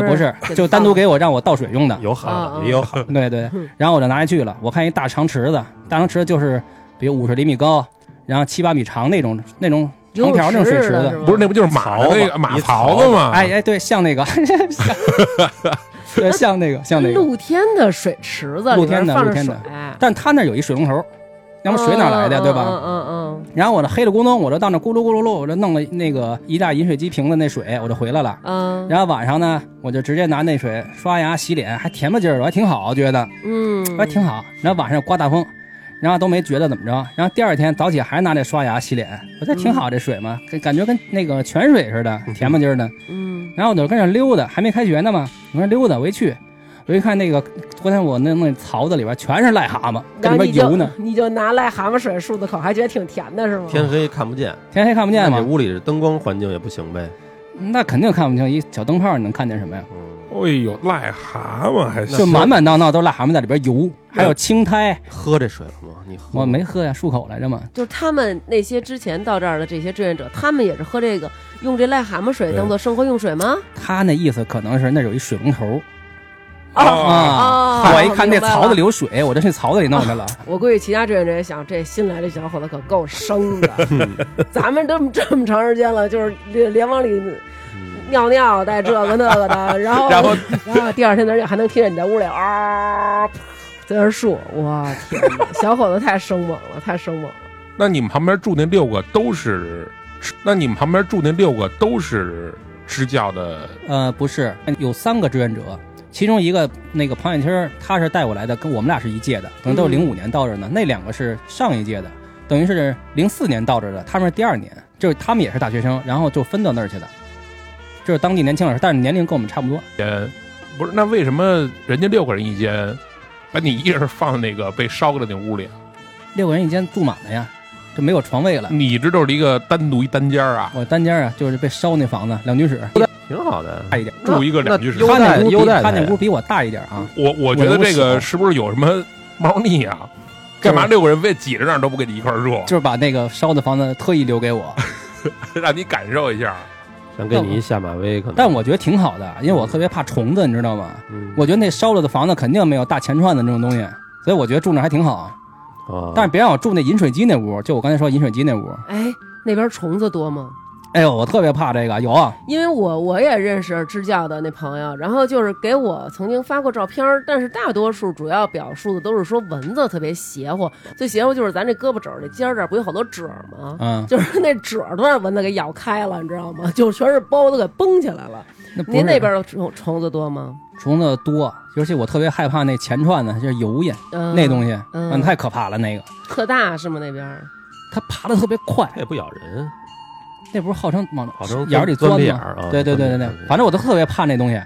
嗯不
不
是
是
给，
就单独给我让我倒水用的。
有好
啊
的，也有好的，
对对
嗯，
然后我就拿一去了，我看一大长池子，大长池子就是比如五十厘米高，然后七八米长那种那种
游
长条那
泳
种水
池
池
似的
子
是。吗
不是那不就是马的那
槽
个
嘛
嗯马
一
槽子
啊
吗？
哎，哎，对，像 那个， 像对，像那个，像那个。
露天的水池子，
露天的
里面放着
露天
水
的，但他那儿有一水龙头，要不水哪来的，
嗯
对
嗯
吧？
嗯嗯
然后我这黑了咕咚，我就到那咕噜咕噜噜，我就弄了那个一大饮水机瓶子那水，我就回来了。
嗯，
然后晚上呢，我就直接拿那水刷牙洗脸，还甜吧唧儿的，还挺好，觉得
嗯，
还挺好。然后晚上刮大风，然后都没觉得怎么着。然后第二天早起还拿这刷牙洗脸，我觉得挺
嗯
好这水嘛，跟感觉跟那个泉水似的，甜吧唧儿的。
嗯，
然后我就跟着溜达，还没开学呢嘛，我说溜达，我一去，我一看那个昨天我那那槽子里边全是癞蛤蟆，跟
然后
里边
你就
游呢，
你就拿癞蛤蟆水漱的口，还觉得挺甜的是吗？
天黑看不见，
天黑看不见
那这
嘛，
屋里这灯光环境也不行呗，
那肯定看不清，一小灯泡你能看见什么呀？
嗯，
哎呦，癞蛤蟆还
就满满当当都是癞蛤蟆在里边游，还有青苔，
喝这水了吗？你喝
我没喝呀，漱口来着嘛。
就是他们那些之前到这儿的这些志愿者，他们也是喝这个，用这癞蛤蟆水当做生活用水吗？
他那意思可能是那有一水龙头
啊，
啊
我一看那槽子
里，
流水，我就去槽子里弄去了。
我估计其他志愿者也想，这新来这小伙子可够生 的，
嗯
咱们这么这么长时间了，就是连连往里尿尿带这个那个 的，然后
嗯然后
然后第二天早上还能听见你在屋里嗷，在那儿漱，我天哪，小伙子太生猛了，太生猛了。
那你们旁边住那六个都是，那你们旁边住那六个都是支教的，
呃，不是，有三个志愿者，其中一个那个庞远清儿，他是带我来的，跟我们俩是一届的，可能都是零五年到这儿呢。那两个是上一届的，等于是零四年到这儿的，他们是第二年，就是他们也是大学生，然后就分到那儿去的，就是当地年轻老师，但是年龄跟我们差不多。
不是？那为什么人家六个人一间，把你一人放那个被烧了那屋里啊？
六个人一间住满了呀，就没有床位了。
你这就是一个单独一单间儿啊，
我单间啊，就是被烧那房子两居室，
挺好的，
哎大一点。
住一个两居室
那。优
他那
待
屋
优
比
待
他那
呀嗯
屋比我大一点啊，
我我觉得这
我能
个
不
是不是有什么猫腻啊？干嘛六个人非挤着那儿都不跟你一块儿住，
就是把那个烧的房子特意留给我。
让你感受一下？
想给你一下马威，可能，
嗯但我觉得挺好的，因为我特别怕虫子，你知道吗？
嗯，
我觉得那烧了的房子肯定没有大钱串子那种东西，所以我觉得住那还挺好。
啊，
但是别让我住那饮水机那屋，就我刚才说饮水机那屋。
哎，那边虫子多吗？
哎呦，我特别怕这个，有啊，
因为我我也认识支教的那朋友，然后就是给我曾经发过照片儿，但是大多数主要表述的都是说蚊子特别邪乎，最邪乎就是咱这胳膊肘儿这尖儿这儿不有好多褶儿吗？
嗯，
就是那褶儿都让蚊子给咬开了，你知道吗？ 就全是包都给绷起来了。
那不是
您那边的虫虫子多吗？
虫子多，尤其我特别害怕那钱串子，就是油烟、
嗯，
那东西，
嗯
嗯，太可怕了那个，
特大是吗？那边儿
它爬的特别快
它，也不咬人，
那不是号称往
好像
眼儿里钻
钻
吗
眼儿啊，
对对对对对，反正我都特别怕那东西。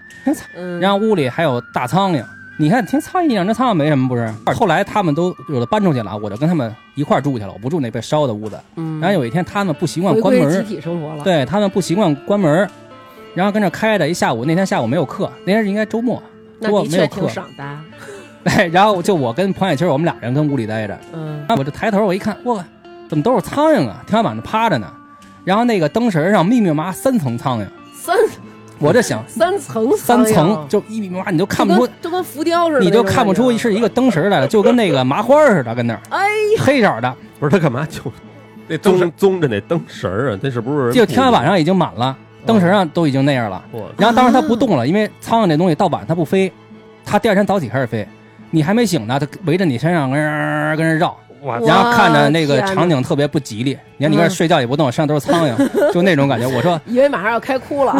嗯，
然后屋里还有大苍蝇，你看，听苍蝇两只苍蝇没什么，不是？后来他们都有的搬出去了，我就跟他们一块儿住去了，我不住那被烧的屋子。
嗯，
然后有一天，他们不习惯
回
关
归集
门，
体生活了，
对他们不习惯关门，然后跟那开着一下午。那天下午没有课，那天应该周末，
那
我
的
没有
确
课
挺。爽的。
对，然后就我跟彭小青，我们俩人跟屋里待着。
嗯，
那我这抬头我一看，哇，怎么都是苍蝇啊？天花板上趴着呢。然后那个灯绳上密密麻麻三层苍蝇，
三
我就想
三层
三
苍蝇
层就一密密麻麻，你都看不
就
出
跟，就跟浮雕似的，
你都看不出
是。
是一个灯绳来了，就跟那个麻花似的，跟那儿
啊哎，
黑色的，
不是他干嘛就
那灯
棕
绳
棕着那灯绳儿啊？这是不是
就天花板上已经满了，灯绳上都已经那样了。
我
然后当时它不动了，因为苍蝇这东西到晚它不飞，它第二天早起开始飞，你还没醒呢，它围着你身上跟人跟人绕。
哇
然后看着那个
天啊哪
场景特别不吉利，你看你
嗯
开始睡觉也不动，身上都是苍蝇，就那种感觉。我说，
以为马上要开哭了。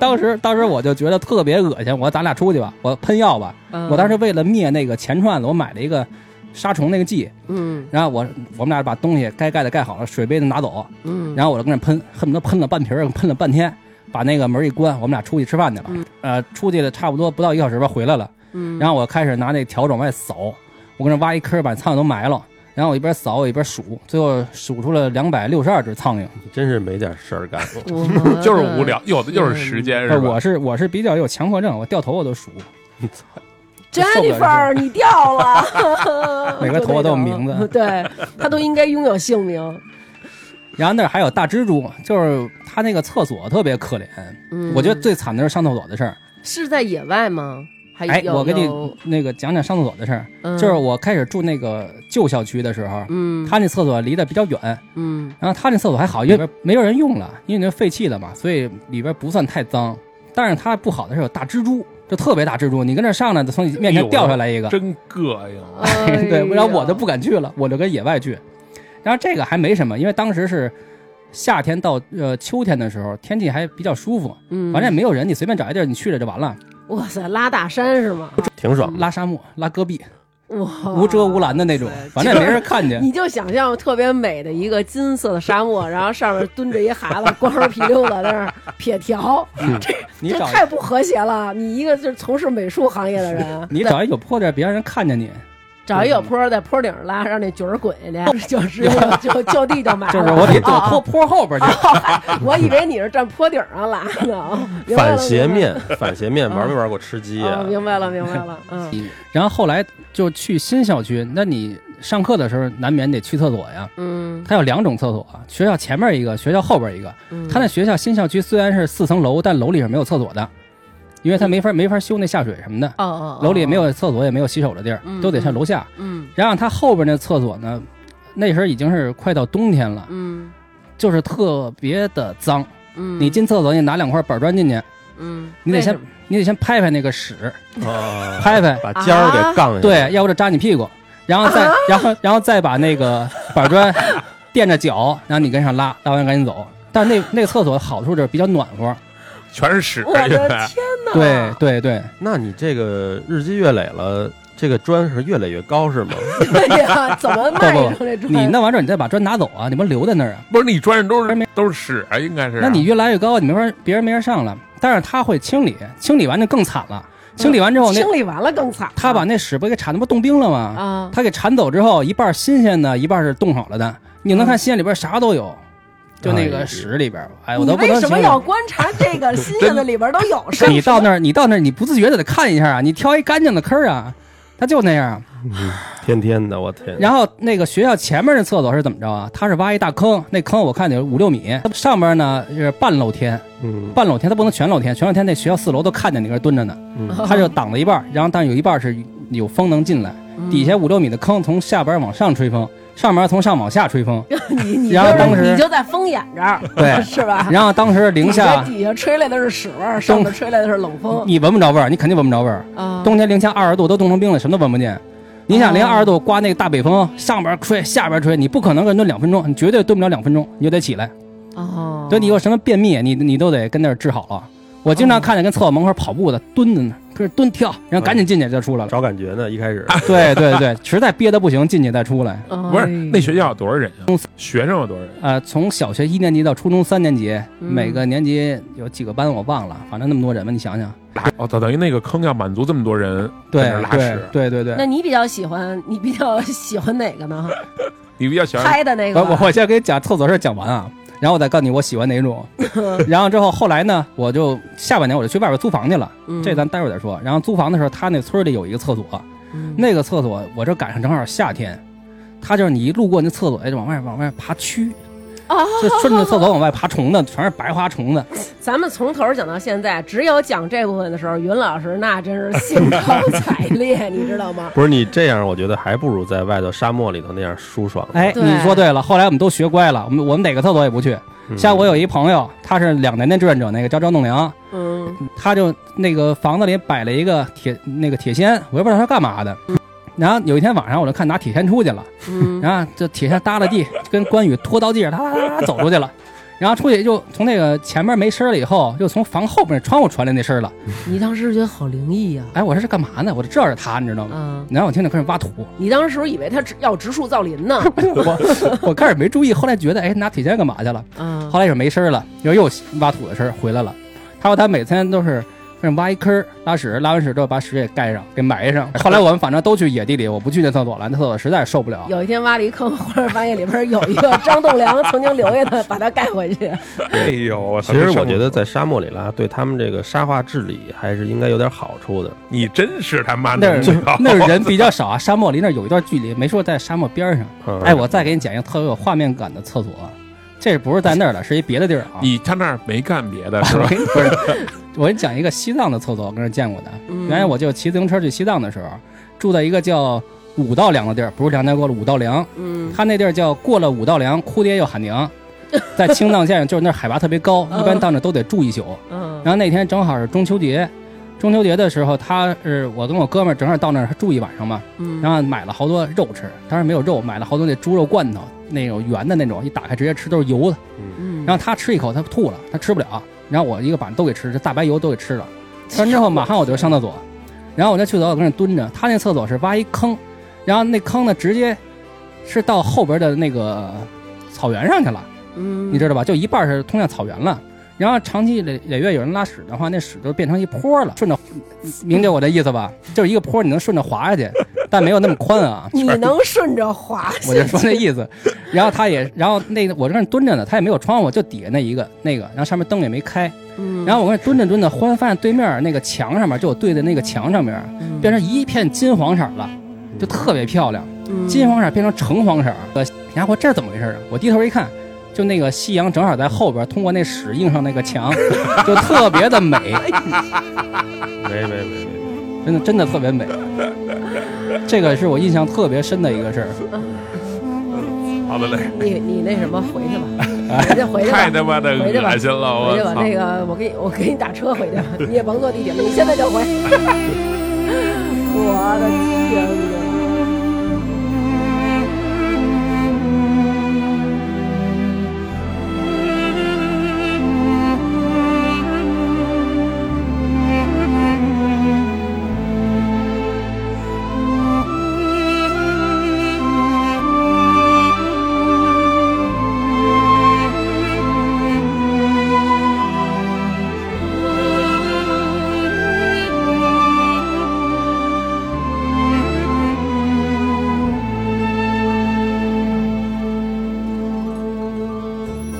当时当时我就觉得特别恶心，我说咱俩出去吧，我喷药吧。 我当时为了灭那个钱串子，我买了一个杀虫那个剂，
嗯
然后我我们俩把东西该盖的盖好了，水杯子拿走，
嗯，
然后我就跟那喷，恨不得喷了半瓶儿，喷了半天，把那个门一关，我们俩出去吃饭去了。
嗯
呃，出去了差不多不到一小时吧，回来了。
嗯
然后我开始拿那笤帚往外扫，我跟那挖一坑，把苍蝇都埋了。然后我一边扫我一边数，最后数出了两百六十二只苍蝇。
你真是没点事儿干。
我
就是 无聊，有的就是时间是
但嗯
吧
我？是我是比较有强迫症，我掉头我都数，，
Jennifer，你掉了
每个头发都有 名字
对他都应该拥有姓名。
然后那儿还有大蜘蛛，就是它那个厕所特别可怜。
嗯
我觉得最惨的是上厕所的事儿。
是在野外吗？还
哎，
有
我给你
有
那个讲讲上厕所的事儿。
嗯
就是我开始住那个旧校区的时候，
嗯
他那厕所离得比较远，
嗯
然后他那厕所还好，因为没有人用了，因为那废弃了嘛，所以里边不算太脏。但是它不好的是有大蜘蛛，就特别大蜘蛛，你跟这上来，从你面前掉下来一个，
真膈应，
哎
对，然后我
呀
就不敢去了，我就跟野外去。然后这个还没什么，因为当时是夏天到呃秋天的时候，天气还比较舒服，
嗯，
反正也没有人，你随便找一地儿你去了就完了，
哎哇塞，拉大山是吗？
挺爽 的。
拉沙漠、拉戈壁，
嗯哇，
无遮无拦的那种，反正也没人看 见。
你就想象特别美的一个金色的沙漠，然后上面蹲着一孩子，光着屁溜子在那儿 撇条，
你
这
找，
太不和谐了！你一个就是从事美术行业的人
你找一有破地儿，别让人看见你。
啊找一有坡，在坡顶上拉，让那角儿滚下 去，就是就就地就埋了。哦
就是我得
啊
躲坡坡后边去。
我以为你是站坡顶上拉 呢，哦明白了
反斜，面，反斜面玩没玩过吃鸡
明白了
啊
哦？明白了，明白了，嗯
然后后来就去新校区，那你上课的时候难免得去厕所呀。
嗯
它有两种厕所，啊学校前面一个，学校后边一个。
嗯，
它那学校新校区虽然是四层楼，但楼里是没有厕所的，因为它没法没法修那下水什么的，
哦哦，哦
楼里也没，有厕所，也没有洗手的地儿
嗯，
都得上楼下。
嗯
然后它后边那厕所呢，那时候已经是快到冬天了，
嗯
就是特别的脏。
嗯，
你进厕所，你拿两块板砖进去，
嗯，
你得
为什
先
么
你得先拍拍那个屎，
啊，
拍拍，
把尖儿给杠下去。
啊对，，要不就扎你屁股，然后 再、然后然后再把那个板砖垫着脚，然后你跟上拉，拉完赶紧走。但那那个厕所好处就是比较暖和，
全是屎，
我的
现在
对对对，
那你这个日积月累了，这个砖是越垒越高是吗？
对呀，怎么卖
不
成
不
这种？
你弄完之后你再把砖拿走啊，你不留在那儿啊？
不是你砖上都
还
是都是屎啊，应该是啊。
那你越来越高，你没法别人没人上了。但是他会清理，清理完就更惨了。清理完之后，那
清理完了更惨。
他把那屎不给铲，那不冻冰了吗？
啊？
他给铲走之后，一半儿新鲜的，一半儿是冻好了的。你
嗯
能看新鲜里边啥都有，就那
哎
个
呦
屎里边儿，哎，我
你
都不
为
能
什
形
么
容。
要观察这个新鲜的里边都有什
你到那儿，你到那儿，你不自觉的得看一下啊，你挑一干净的坑儿啊，它就那样啊。
天天的，我天！
然后那个学校前面的厕所是怎么着啊？它是挖一大坑，那坑我看得有五六米，它上边呢是半露天，
嗯，
半露天它不能全露天，全露天那学校四楼都看见你搁这蹲着呢，
嗯
它就挡了一半儿，然后但有一半儿是有风能进来，
嗯
底下五六米的坑从下边往上吹风，上边从上往下吹风，
你你
然后
就是
当时
你就在风眼这儿，
对
是吧？
啊
然后当时零
你
下
这底下吹来的是屎味儿，上面吹来的是冷风。
你闻不着味儿，你肯定闻不着味儿。
啊，
冬天零下二十度都冻成冰了，什么都闻不见。你
啊
想零下二十度刮那个大北风，上边吹下边吹，你不可能跟蹲两分钟，你绝
啊
对蹲不了两分钟，你就得起来。
哦，
对你有什么便秘，你你都得跟那儿治好了。我经常看见跟厕所门口跑步的蹲着呢，搁这蹲跳，然后赶紧进去就出来了。
嗯
找感觉呢，一开 始
对对对，实在憋得不行，进去再出来。
不
不
哎
是那学校有多少人啊？学生有多少人？
呃，从小学一年级到初中三年级，
嗯
每个年级有几个班我忘了，反正那么多人吧，你想想。
哦，等等于那个坑要满足这么多人
对
在那儿拉
对
屎。
对对对
那，你比较喜欢，你比较喜欢哪个呢？
你比较喜欢
拍的那
我
个
我
吧，
我先给你讲厕所事儿讲完啊，然后我再告诉你我喜欢哪 种。然后之后后来呢，我就下半年我就去外边租房去了，
嗯
这咱待会儿再说。然后租房的时候，他那村里有一个厕所，
嗯
那个厕所我这赶上正好夏天，他就是你一路过那厕所，哎，就往外往外爬蛆，
哦
就顺着厕所往外爬虫子，全是白花 虫子。
咱们从头讲到现在，只有讲这部分的时候，云老师那真是兴高采烈，你知道吗？
不是你这样，我觉得还不如在外头沙漠里头那样舒爽。
哎，
对
你说对了，后来我们都学乖了，我们我们哪个厕所也不去。
嗯
像我有一朋友，他是两年的志愿者，那个叫张栋梁，
嗯
他就那个房子里摆了一个铁那个铁锨，我也不知道他干嘛的。然后有一天晚上，我就看拿铁锨出去了，
嗯
然后这铁锨耷拉地，跟关羽拖刀记似的，哒哒哒哒走出去了。然后出去就从那个前面没声儿了，以后又从房后边窗户传来那声儿了。
你当时觉得好灵异呀
哎，我说这干嘛呢？我就知道是他，你知道吗？
啊
然后我听着开始挖土，
你当时是不是以为他只要植树造林呢？
我我开始没注意，后来觉得哎拿铁锨干嘛去了？
啊
后来也没声儿了，又又挖土的声儿回来了。他说他每天都是就是挖一坑儿拉屎，拉完屎之后把屎给盖上，给埋上。后来我们反正都去野地里，我不去那厕所了，那厕所实在受不 了。
有一天挖了一坑，忽然发现里边有一个张栋梁曾经留下的，把它盖回去。
哎呦，我操
其实
这
我觉
生
得
活
在沙漠里拉，对他们这个沙化治理还是应该有点好处的。
你真是他妈
那
的
儿啊那儿人比较少啊，沙漠离那儿有一段距离，没说在沙漠边 儿上。
嗯
哎，我再给你讲一个特有画面感的厕所，啊这不是在那儿了，是一别的地 儿啊。
你他那儿没干别的是
我
吧？
给你不是，我给你讲一个西藏的厕所，我跟人见过的。
嗯
原来我就骑自行车去西藏的时候，住在一个叫五道梁的地儿，不是梁家沟了，五道梁。
嗯
他那地儿叫过了五道梁，哭爹又喊娘。在青藏线上，就是那儿海拔特别高，一般到那儿都得住一宿。
嗯
然后那天正好是中秋节，中秋节的时候，他是我跟我哥们儿正好到那儿住一晚上嘛，
嗯
然后买了好多肉吃，当然没有肉，买了好多那猪肉罐头，那种圆的那种，一打开直接吃都是油的。
嗯
然后他吃一口，他吐了，他吃不了。然后我一个晚上都给吃，这大白油都给吃了。吃完之后，马上我就上厕所，然后我在去厕所我跟那蹲着。他那厕所是挖一坑，然后那坑呢直接是到后边的那个草原上去了，
嗯
你知道吧？就一半是通向草原了。然后长期累累月有人拉屎的话，那屎就变成一坡了，顺着，明解我这意思吧？就是一个坡，你能顺着滑下去，但没有那么宽啊。
你能顺着滑
我就说那意思。然后他也，然后那个我这儿蹲着呢，他也没有窗户，就底下那一个那个，然后上面灯也没开。
嗯
然后我跟那蹲着蹲着，忽然发现对面那个墙上面就我对的那个墙上面
嗯
变成一片金黄色了，就特别漂亮，
嗯
金黄色变成橙黄色儿。呃然后我这是怎么回事啊？我低头一看。就那个夕阳正好在后边，通过那屎映上那个 墙，就特别的美，
没没没没，
真的真的特别美。这个是我印象特别深的一个事儿。
好的嘞，
你你那什么回去吧，
哎
回去回去
太
吧，
他妈的
回去吧
恶心了，
回去吧
我。操！
那个我给你我给你打车回去吧，你也甭坐地铁了，你现在就回。 我的天哪！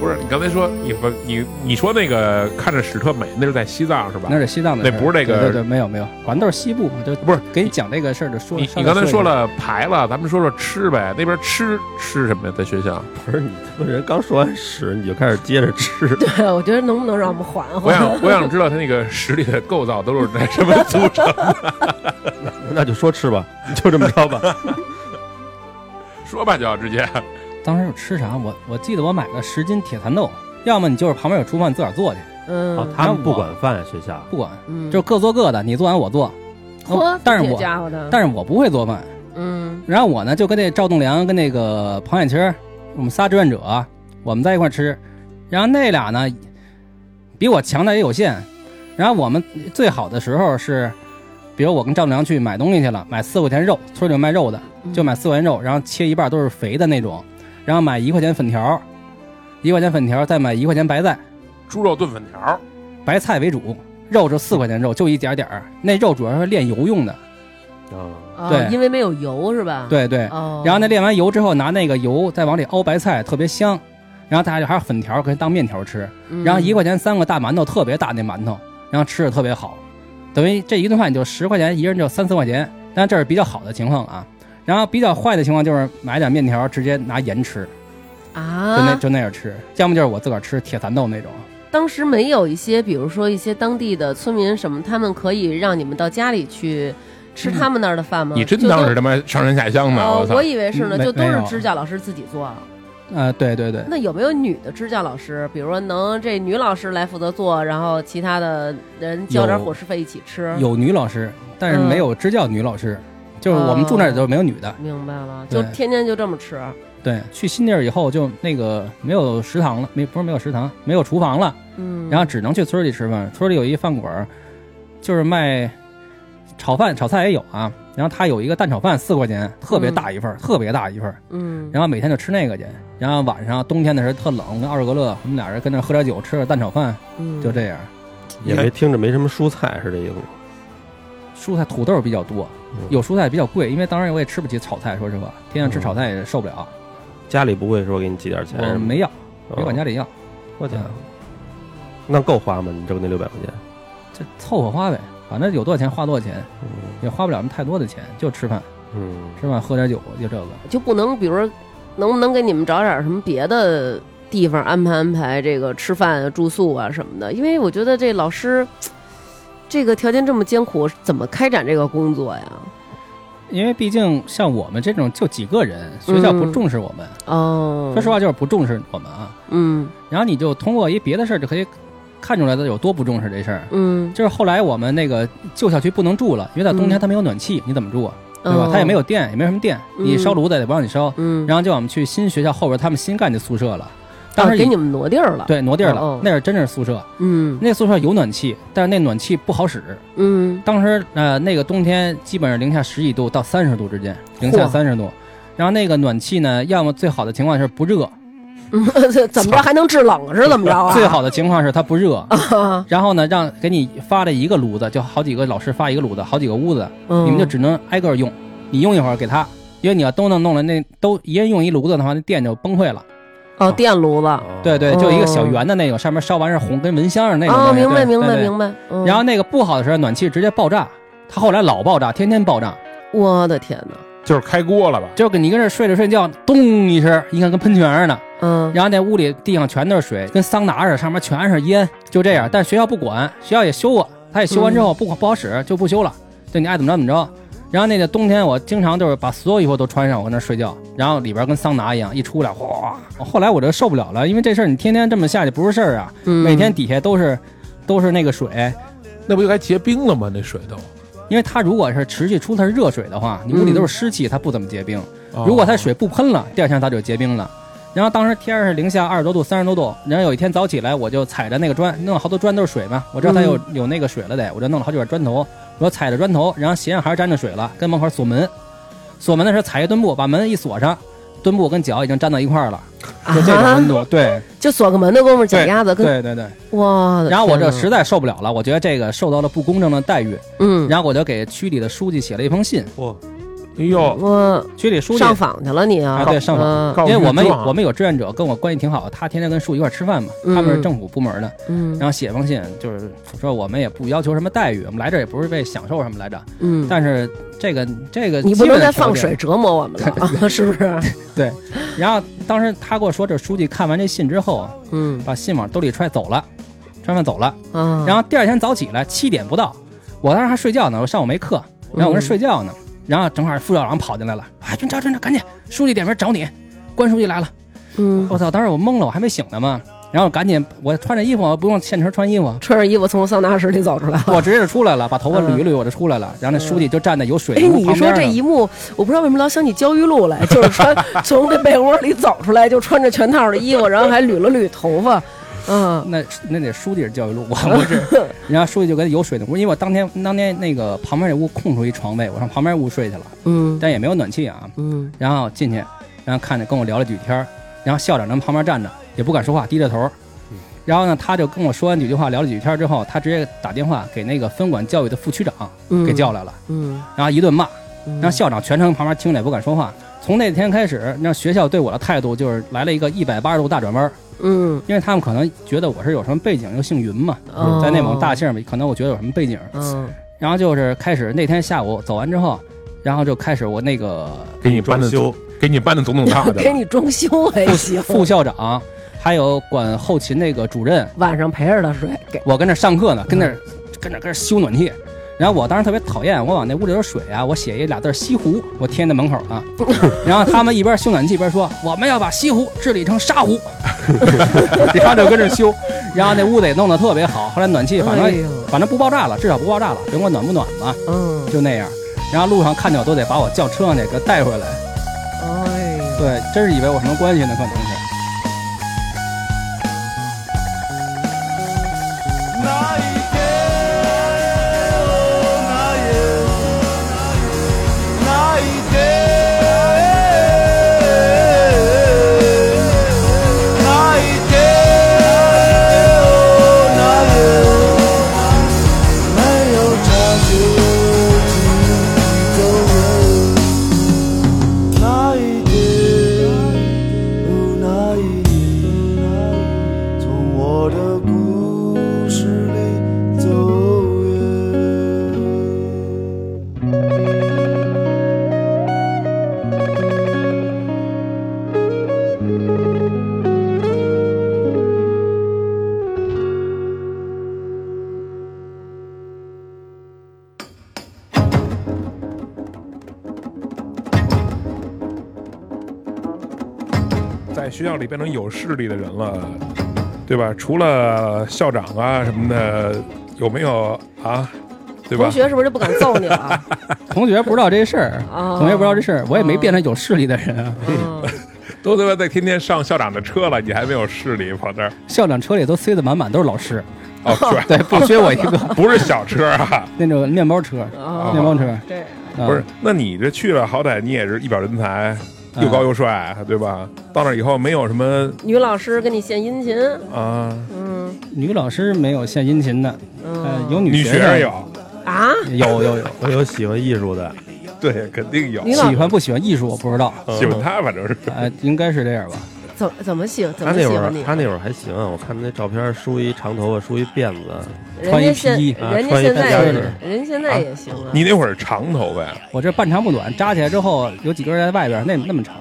不是你刚才说你不你你说那个看着史特美，那是在西藏是吧？
那是西藏的事儿，
那不是那个
对对对，没有没有，反正都是西部嘛，就
不是
给你讲这个事儿就说。
你
稍
你
微
刚才
一
说
下，
了排了，咱们说说吃呗。那边吃吃什么呀？在学校，
不是你他妈人刚说完屎你就开始接着吃，
对，我觉得能不能让我们缓
我
缓？
想我想知道它那个屎里的构造都是在什么组成。
那就说吃吧，就这么着吧。
说吧，就要直接。
当时有吃啥？我我记得我买了十斤铁蚕豆，要么你就是旁边有厨房你自个儿做去，
哦
嗯，
他们不管饭，学校
不管，
嗯
就是各做各的，你做完我做。
嚯
但是
这
我
家伙的，
但是我不会做饭，
嗯
然后我呢就跟那赵栋梁跟那个庞远清儿，我们仨志愿者，我们在一块儿吃，然后那俩呢比我强的也有限，然后我们最好的时候是，比如我跟丈母娘去买东西去了，买四块钱肉，村里有卖肉的，就买四块钱肉，然后切一半都是肥的那种，然后买一块钱粉条，一块钱粉条，再买一块钱白菜，
猪肉炖粉条，
白菜为主，肉就四块钱肉，就一点点儿。那肉主要是炼油用的，
嗯
啊，
哦
啊
对
因为没有油是吧？，
对对。
哦，
然后呢，炼完油之后，拿那个油再往里熬白菜，特别香。然后大家就还有粉条可以当面条吃，
嗯
然后一块钱三个大馒头，特别大那馒头，然后吃的特别好，等于这一顿饭就十块钱，一人就三四块钱。但这是比较好的情况啊，然后比较坏的情况就是买点面条直接拿盐吃，就那
啊，
就那样吃，要么就是我自个儿吃铁蚕豆那种。
当时没有一些，比如说一些当地的村民什么，他们可以让你们到家里去吃他们那儿的饭
嗯
吗？
你真
就都
当是他妈上山下乡呢？
哦
我，操
我！以为是呢，
没
就都
没
是
有
支教老师自己做。嗯
呃，对对对，
那有没有女的支教老师？比如说能这女老师来负责做，然后其他的人交点
有
伙食费一起吃？
有女老师，但是
嗯
没有支教女老师，就是我们住那儿就没有女的。
明白了，就
对
天天就这么吃。
对，去新地儿以后就那个没有食堂了，没不是没有食堂，没有厨房了，
嗯，
然后只能去村儿里吃饭。村儿里有一饭馆儿，就是卖炒饭、炒菜也有啊。然后他有一个蛋炒饭，四块钱，特别大一份儿，特别大一份儿。
嗯，
然后每天就吃那个去。然后晚上冬天的时候特冷，我跟奥尔格勒我们俩人跟那儿喝点酒，吃点蛋炒饭，
嗯
就这样。
也没听着没什么蔬菜，是这意思吗？
蔬菜土豆比较多
嗯，
有蔬菜比较贵，因为当然我也吃不起炒菜，说实话，天天
嗯
吃炒菜也受不了。
家里不会说给你寄点钱
我
什么
没要，
嗯
的，
没管家
里。
里要，
我家伙，那够花吗？你挣那六百块钱？
就凑合花呗，反正有多少钱花多少钱，
嗯
也花不了什么太多的钱，就吃饭，
嗯，
吃饭喝点酒，就这个。
就不能，比如说，能不能给你们找点什么别的地方安排安排这个吃饭啊、住宿啊什么的？因为我觉得这老师，这个条件这么艰苦，怎么开展这个工作呀？
因为毕竟像我们这种就几个人，学校不重视我们，
哦，
说实，话就是不重视我们啊。
嗯
然后你就通过一别的事儿就可以看出来的有多不重视这事儿。
嗯，
就是后来我们那个旧校区不能住了，因为到冬天
嗯
它没有暖气，你怎么住啊？对吧？
哦
它也没有，电，也没什么电，
嗯
你烧炉子也不让你烧。
嗯，
然后就让我们去新学校后边他们新干的宿舍了，当时
啊
已
给你们挪地儿了，，
对挪地儿
哦哦
了，那是真是宿舍，
嗯
那宿舍有暖气，但是那暖气不好使。
嗯，
当时呃那个冬天基本上零下十几度到三十度之间，零下
嚯
三十度。然后那个暖气呢，要么最好的情况是不热，
嗯 怎么着还能制冷是怎么着啊？
最好的情况是它不热。
啊，
然后呢，让给你发了一个炉子，就好几个老师发一个炉子，好几个屋子，
嗯
你们就只能挨个儿用。你用一会儿给他，因为你要都弄弄了，那都一人用一炉子的话，那电就崩溃了。
哦电炉子，
啊对对，
哦
就一个小圆的那种，上面烧完是红跟蚊香似的那种东
哦
西。
明白
对
明白。
对
明白，嗯
对然后那个不好的时候，暖气直接爆炸，它后来老爆炸，天天爆炸。
我的天哪，
就是开锅了吧？
就跟你跟这睡着睡觉，咚一声，你看跟喷泉似的。
嗯，
然后那屋里地上全都是水，跟桑拿似的，上面全是烟，就这样。但学校不管，学校也修啊，他也修完之后不管不好使就不修了，就你爱怎么着怎么着。然后那个冬天，我经常就是把所有衣服都穿上，我跟那睡觉，然后里边跟桑拿一样，一出来哗。后来我就受不了了，因为这事儿你天天这么下去不是事儿啊，
嗯
每天底下都是都是那个水，
那不就该结冰了吗？那水都。
因为它如果是持续出它是热水的话，你屋里都是湿气，它不怎么结冰。
哦
如果它水不喷了，第二天它就结冰了。然后当时天儿是零下二十多度、三十多度，然后有一天早起来，我就踩着那个砖，弄了好多砖都是水嘛，我知道它有、有那个水了得，我就弄了好几块砖头，我踩着砖头，然后鞋上还是沾着水了，跟门口锁门，锁门的时候踩一墩布，把门一锁上，墩布跟脚已经粘到一块儿了，
啊
就这种温度，对
就锁个门的功夫，脚丫子跟
对对对。
哇，
然后我这
时
实在受不了了，我觉得这个受到了不公正的待遇，
嗯，
然后我就给区里的书记写了一封信，
嚯，
哎呦，
我
区里书记
上访去了你啊，
啊对上访
嗯
告
因为我们有
告诉你啊
我们有志愿者跟我关系挺好，他天天跟树一块儿吃饭嘛，
嗯
他们是政府部门的，
嗯
然后写封信就是说我们也不要求什么待遇，我们来这儿也不是为享受什么来着，
嗯，
但是这个这个
你不
基
能
本
再
的
放
条件
水。折磨我们了，啊是不是？
然后当时他跟我说，这书记看完这信之后，
嗯
把信往兜里揣走了，揣完走了。
啊，
然后第二天早起来七点不到，我当时还睡觉呢，我上午没课，然
嗯
后我这睡觉呢，然后正好副校长跑进来了，哎，军长军长，赶紧，书记点名找你，关书记来了。
嗯，，
我操！当时我懵了，我还没醒呢嘛，然后赶紧我穿着衣服，我啊不用现成穿衣服
穿上衣服从桑拿室里走出来了。
我直接就出来了，把头发捋一捋，我就出来了。然后那书记就站在有水
嗯哎，
的屋
你
旁
说
边
这
呢
一幕，我不知道为什么老想起焦裕禄来， 就是穿从这被窝里走出来，就穿着全套的衣服，然后还捋了捋头发，嗯
那那得书记是教育路，我不 是，人家书记就跟有水那屋，因为我当天当天那个旁边那屋空出一床位，我上旁边屋睡去了，
嗯
但也没有暖气啊，
嗯
然后进去，然后看着跟我聊了几句天儿，然后校长在旁边站着，也不敢说话，低着头儿。然后呢，他就跟我说完几句话，聊了几句天儿之后，他直接打电话给那个分管教育的副区长
嗯，
给叫来了，
嗯，
然后一顿骂，
嗯，
然后校长全程旁边听着也不敢说话。从那天开始，让学校对我的态度就是来了一个一百八十度大转弯儿，
嗯，
因为他们可能觉得我是有什么背景，又姓云嘛，
哦
在内蒙大姓儿嘛，可能我觉得有什么背景，
嗯
然后就是开始那天下午走完之后，然后就开始我那个
给你搬的
装
总，给你搬的总总 大的
给你装修还行，
副校长，还有管后勤那个主任，
晚上陪着他睡，给
我跟那上课呢，跟那儿
嗯
跟那儿跟那儿修暖气。然后我当时特别讨厌，我往那屋里头水啊，我写一俩字儿“西湖”，我贴那门口 啊。然后他们一边修暖气一边说：“我们要把西湖治理成 沙湖。”然后就跟着修，然后那屋子也弄得特别好。后来暖气反
哎
正
呦
反正不爆炸了，至少不爆炸了，甭管暖不暖吧，
嗯，
就那样。然后路上看见我都得把我叫车上去给带回来。
哎呦。
对，真是以为我什么关系呢？可能是。
oh, 那一天，哦，那一年，从我的故事里走远。
在学校里变成有势力的人了，对吧？除了校长啊什么的，有没有啊？对吧
同？学是不是就不敢揍你 了？
同学不知道这事儿，
啊
同学不知道这事儿，我也没变成有势力的人啊。
嗯
都他妈在天天上校长的车了，你还没有势力跑这儿？
校长车里都塞得满满，都是老师，
哦，是，
对，不缺我一个
不是小车 啊，
那种面包车，
啊，
面包车，
这
啊
不是。那你这去了，好歹你也是一表人才，又高又帅，
嗯
对吧？到那以后没有什么
女老师跟你献殷勤，
啊，
嗯
女老师没有献殷勤的，呃，
嗯，
有
女
学
学生有，
啊，
有有有，
我有喜欢艺术的，
对，肯定有，嗯
女老
喜欢不喜欢艺术我不知道，
喜欢他反正是。
呃，应该是这样吧。
怎怎么喜怎
他
么
那
喜
会儿
欢你？
他那会儿还行，我看那照片，梳一长头发，梳一辫子，
人家
穿
现
一披
啊
人家
穿一
现在
皮
也
夹克
人家现在也行啊，
你那会儿长头发哎呀？
我这半长不短，扎起来之后有几根在外边，那那么长，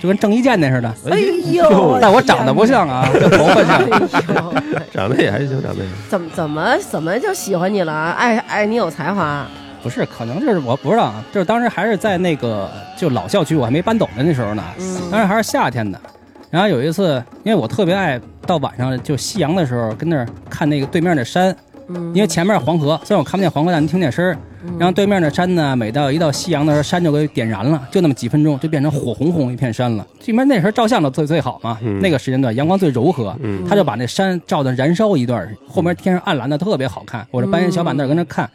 就跟郑伊健那似的。
哎 呦，
但我长得不像啊，这头发像。
哎呦
长得也还行，长得也
怎么怎么怎么就喜欢你了？爱爱你有才华，
不是，可能就是我不知道，啊，就是当时还是在那个就老校区，我还没搬走的那时候呢，
嗯
当时还是夏天的。然后有一次，因为我特别爱到晚上就夕阳的时候，跟那儿看那个对面的山，
嗯，
因为前面黄河，虽然我看不见黄河，但能听见声儿。然后对面的山呢，每到一到夕阳的时候，山就给点燃了，就那么几分钟，就变成火红红一片山了。因为那时候照相的最最好嘛，
嗯
那个时间段阳光最柔和，
嗯
他就把那山照的燃烧一段儿，后面天上暗蓝的特别好看。我这搬一小板凳跟那看，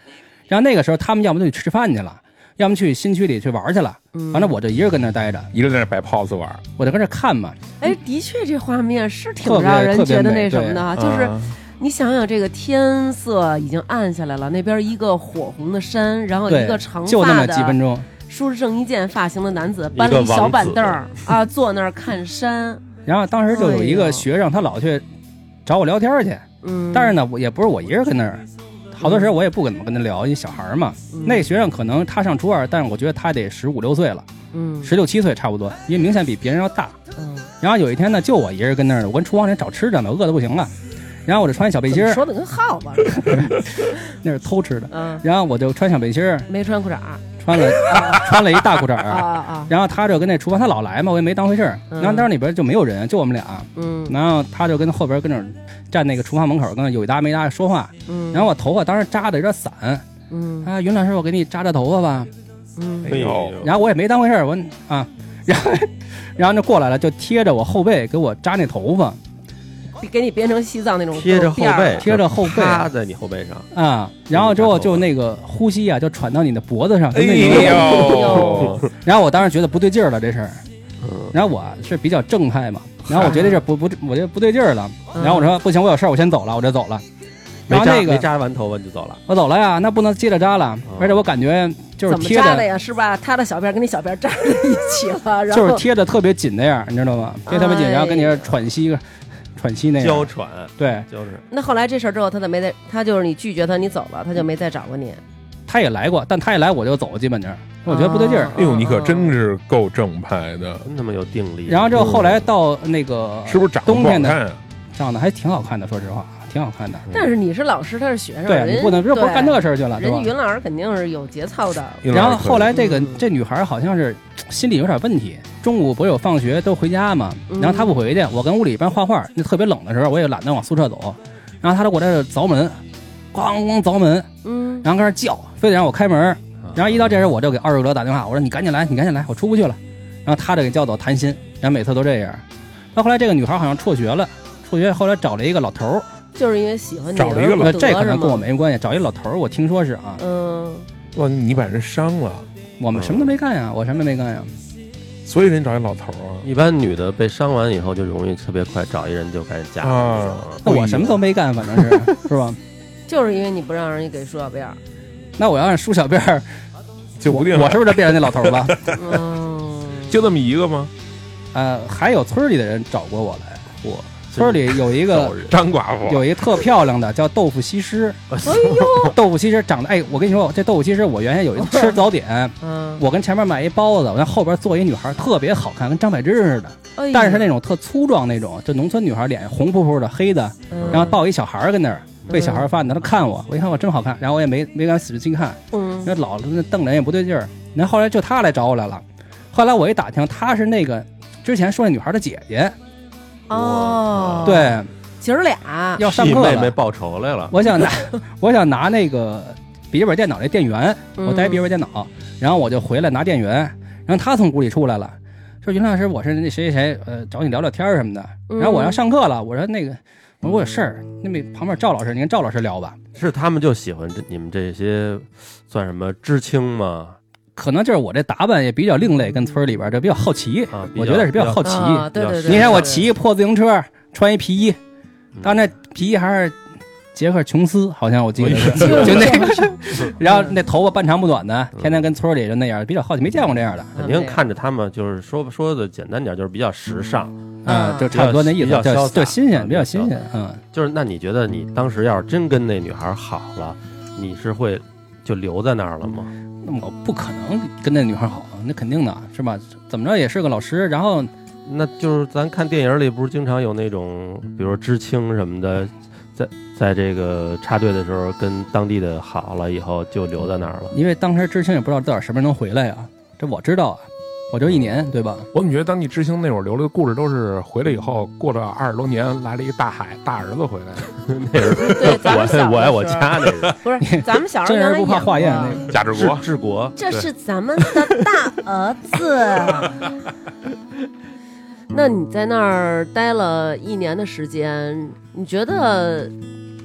然后那个时候他们要么就去吃饭去了，要么去新区里去玩去了，完了我就一个人跟那儿待着，
一个在那摆 pose 玩儿，
我就跟那儿看嘛。
哎，的确这画面是挺
特别
让人觉得
特别美
那什么的啊，就是
啊
你想想，这个天色已经暗下来了，那边一个火红的山，然后哦一
对
个长，
就那
发
么几分
的
钟。
梳着正一件发型的男子搬了
一
一
个王
小板
子
凳 儿啊，坐那儿看山。
然后当时就有一
哎
个
呦
学生，他老去找我聊天儿去，
嗯，
但是呢，我也不是我一人跟那儿，好多时候我也不怎么跟他聊，因为小孩儿嘛。
嗯
那个学生可能他上初二，但是我觉得他得十五六岁了，
嗯
十六七岁差不多，因为明显比别人要大。
嗯，
然后有一天呢，就我一人跟那儿，我跟厨房里找吃的呢，我饿的不行了。然后我就穿小背心
怎么
儿，
说的跟耗子似的，
那是偷吃的。
嗯，
然后我就穿小背心儿，
没穿裤衩儿
穿了 穿了一大裤衩
啊
儿。
啊啊，
然后他就跟那厨房，他老来嘛，我也没当回事儿。
嗯
然后当时里边就没有人，就我们俩。
嗯
然后他就跟后边跟那儿站那个厨房门口，跟那有一搭没一搭说话。
嗯，
然后我头发当时扎的有点散，
嗯
啊，云老师，我给你扎扎头发吧。
嗯
哎呦，
然后我也没当回事儿，我啊，然后然后就过来了，就贴着我后背给我扎那头发。
给你编成西藏那种
贴着后
辫儿
背，
贴着后背
趴在你后背上，
啊，然后之后就那个呼吸啊，就喘到你的脖子
哎
上，就那
哎
种。
呦，
然后我当时觉得不对劲儿了这事儿，然后我是比较正派嘛，然后我觉得这不不，我觉得不对劲儿了，然后我说不行，我有事儿，我先走了，我就走了。
没
然后
扎
那
没
个
扎完头发你就走了，
我走了呀，那不能接着扎了，而且我感觉就是
怎么
贴
扎的
着
呀？是吧？他的小辫儿跟你小辫儿扎在一起 了，然
就
后啊
是贴的特别紧那样，你知道吗？贴得特别紧，然后跟你这儿喘息喘息那
娇
样，
喘
对，
就是
那后来这事儿之后，他怎么没再？他就是你拒绝他，你走了，他就没再找过你。
他也来过，但他一来我就走，基本就是我哦觉得不对劲
啊
儿。
哎呦，你可真是够正派的，
真他妈有定力。嗯
然后之后后来到那个
是不是长得不
冬
好
天
看啊？
长得还挺好看的，说实话，挺好看的。
但是你是老师，他是学生，
对啊
人
你不能这不是干这事儿去了，
对
是吧
人？云老师肯定是有节操的。
一来
然后
可以
后来这个
嗯
这女孩好像是心里有点问题，中午不是有放学都回家嘛，
嗯
然后她不回去，我跟屋里边画画，那特别冷的时候，我也懒得往宿舍走，然后她就过来这凿门，咣咣凿门，
嗯，
然后跟那儿叫，非得让我开门，然后一到这时候我就给二舅哥打电话，我说你赶紧来，你赶紧来，我出不去了，然后他就给叫走谈心，然后每次都这样，到后来这个女孩好像辍学了，辍学后来找了一个老头儿，
就是因为喜欢你
找了一个老
呃
而不得
这可能跟我
是吗
没关系，找一老头儿，我听说是啊，
嗯，
哇，你把人伤了，
我们什么都没干啊呀，我什么都没干呀。
所以人找一老头儿啊
一般女的被伤完以后就容易特别快找一人就开始
啊
嫁
啊！
那我什么都没干，反正是 是吧？
就是因为你不让人家给梳小 辫儿。
那我要按舒小辫儿，
就不定
我是不是就变成那老头儿了？
嗯，
就那么一个吗？
呃，还有村儿里的人找过我来，我村儿里有一
呃
个
张寡妇
有一个特漂亮的叫豆腐西施，
哎呦，
豆腐西施长得哎，我跟你说，这豆腐西施我原先有一次吃早点，
嗯，
我跟前面买一包子，我在后边坐一女孩，特别好看，跟张柏芝似的，
哎呦
但是是那种特粗壮那种，就农村女孩，脸红扑扑的黑的，
嗯
然后抱一小孩儿跟那儿。喂小孩儿饭呢，他看我，我一看我真好看，然后我也没没敢使劲看，
嗯
那老了那瞪着也不对劲儿。然后后来就他来找我来了，后来我一打听，他是那个之前说那女孩的姐姐，
哦，，
对，
姐儿俩，
要上
替
课
啊妹妹
了。
报仇来了，
我想拿，我想拿那个笔记本电脑那电源，
嗯
我带一笔记本电脑，然后我就回来拿电源，然后他从屋里出来了，说云老师，我是那谁谁谁，呃，找你聊聊天儿什么的。
嗯
然后我要上课了，我说那个，我说我有事儿，那么旁边赵老师，你跟赵老师聊吧。
是他们就喜欢这你们这些算什么知青吗？
可能就是我这打扮也比较另类，跟村儿里边儿就比较好奇，
啊，比较
我觉得是比
比
较好奇。
啊，对对对，
你看我
对
骑一破自行车，穿一皮衣，
嗯
当那皮衣还是杰克·琼斯，好像我记得是，
哎呦
就那 个，然后那头发半长不短的，天天跟村里就那样，比较好奇，没见过这样的，
肯定看着他们，就是说说的简单点，就是比较时尚。
嗯
啊，
就差不多那意思
比较，潇
就
洒
就新
啊
鲜，比较
比较
新鲜，嗯，
就是那你觉得你当时要是真跟那女孩好了，你是会就留在那儿了吗？
那我不可能跟那女孩好，那肯定的是吧？怎么着也是个老师，然后
那就是咱看电影里不是经常有那种，比如说知青什么的，在在这个插队的时候跟当地的好了以后就留在那儿了。
因为当时知青也不知道到底什么时候能回来呀，这我知道啊，我就一年对吧？
我怎么觉得当地知青那会儿留的故事都是回来以后过了二十多年来了一个大海大儿子回 来，
那是
对，咱们小的
我我爱我
时候
家那 是
不是，咱们小时候
真人
原来
不怕
演
化验
过
那个
贾志
治治国，
这是咱们的大儿子。
那你在那儿待了一年的时间，你觉得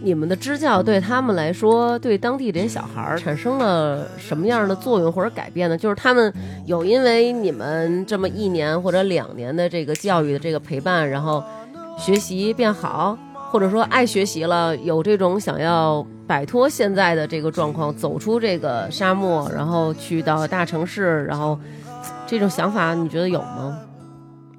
你们的支教对他们来说，对当地这些小孩儿产生了什么样的作用或者改变呢？就是他们有因为你们这么一年或者两年的这个教育的这个陪伴，然后学习变好，或者说爱学习了，有这种想要摆脱现在的这个状况，走出这个沙漠，然后去到大城市，然后这种想法，你觉得有吗？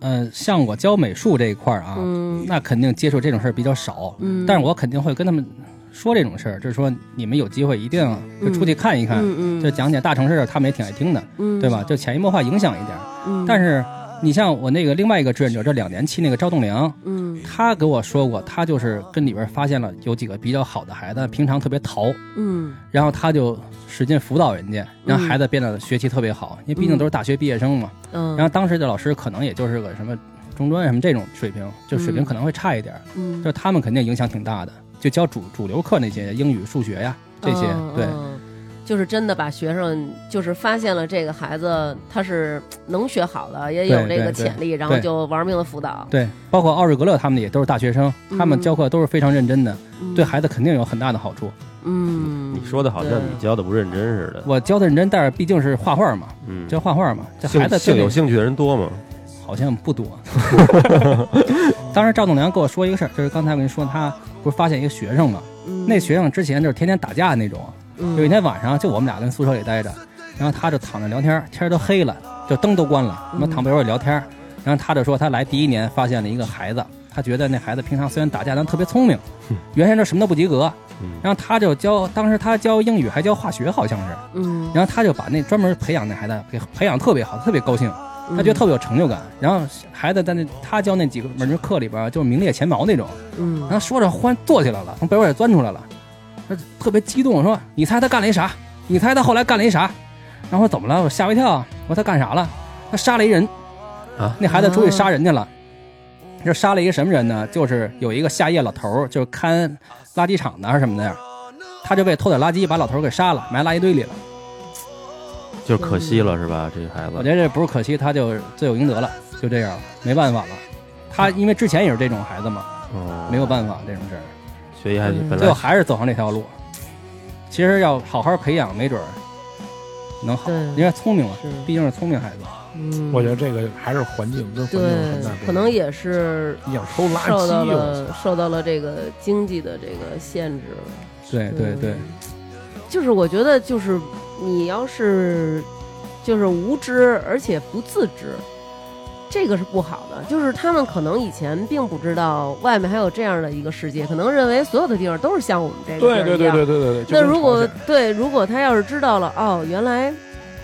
嗯，像我教美术这一块儿啊，
嗯
那肯定接触这种事儿比较少，
嗯，
但是我肯定会跟他们说这种事儿，就是说你们有机会一定就出去看一看，
嗯嗯，
就讲讲大城市，他们也挺爱听的，
嗯
对吧？？就潜移默化影响一点儿。
嗯，
但
是
是你像我那个另外一个志愿者，这两年期那个赵栋梁，
嗯
他给我说过，他就是跟里边发现了有几个比较好的孩子，平常特别淘，
嗯
然后他就使劲辅导人家，让
嗯
孩子变得学习特别好，因为毕竟都是大学毕业生嘛。
嗯，
然后当时的老师可能也就是个什么中专什么这种水平，就水平
嗯
可能会差一点儿。
嗯
就是
嗯
他们肯定影响挺大的，就教主主流课那些英语、数学呀这些，对，
就是真的把学生就是发现了这个孩子他是能学好的，也有
对
这个
对对
潜力，然后就玩命的辅导。
对，包括奥瑞格勒他们也都是大学生，他们
嗯
教课都是非常认真的，
嗯
对孩子肯定有很大的好处。
嗯，
你说的好像
对
你教的不认真似的。
我教的认真，但是毕竟是画画嘛，
嗯，
教画画嘛，这孩
兴
子
兴
对
有
那
兴趣的人多吗？
好像不多。 当时赵栋梁跟我说一个事儿，就是刚才我跟你说，他不是发现一个学生嘛，
嗯
那学生之前就是天天打架那种，有一天晚上就我们俩跟宿舍里待着，然后他就躺着聊天儿，天儿都黑了，就灯都关了，我们躺被窝里聊天儿。然后他就说，他来第一年发现了一个孩子，他觉得那孩子平常虽然打架，但特别聪明，原先就什么都不及格
嗯。
然后他就教，当时他教英语还教化学，好像是。
嗯，
然后他就把那专门培养那孩子给培养特别好，特别高兴，
嗯
他觉得特别有成就感。然后孩子在那他教那几个门课里边儿就是名列前茅那种。
嗯
然后说着忽然坐起来了，从被窝里钻出来了，他特别激动，说：“你猜他干了一啥？你猜他后来干了一啥？”然后我说怎么了？我吓我一跳，啊我说他干啥了？他杀了一人
啊！
那孩子出去杀人去了。这杀了一个什么人呢？就是有一个下夜老头儿，就是看垃圾场的还是什么的，他就为偷点垃圾把老头儿给杀了，埋垃圾堆里了。
就是可惜了是吧？这个孩
我
子，
觉得这不是可惜，他就是罪有应得了，就这样了，没办法了。他因为之前也是这种孩子嘛，
哦，
没有办法这种事儿，
学习还
嗯
本
最后
来
还是走上这条路。其实要好好培养，没准儿能好，
嗯对
因为聪明了，
是
毕竟是聪明孩子。
嗯
我觉得这个还是环境跟环境有很大
对，可能也是
你想收垃圾，
受到
我
了受到了这个经济的这个限制了。
对
哎
嗯
对对，
就是我觉得就是你要是就是无知而且不自知，这个是不好的。就是他们可能以前并不知道外面还有这样的一个世界，可能认为所有的地方都是像我们这个地儿一
对
样。
对对对对对对。就
那
跟
如
朝
果
鲜
对，如果他要是知道了，哦，原来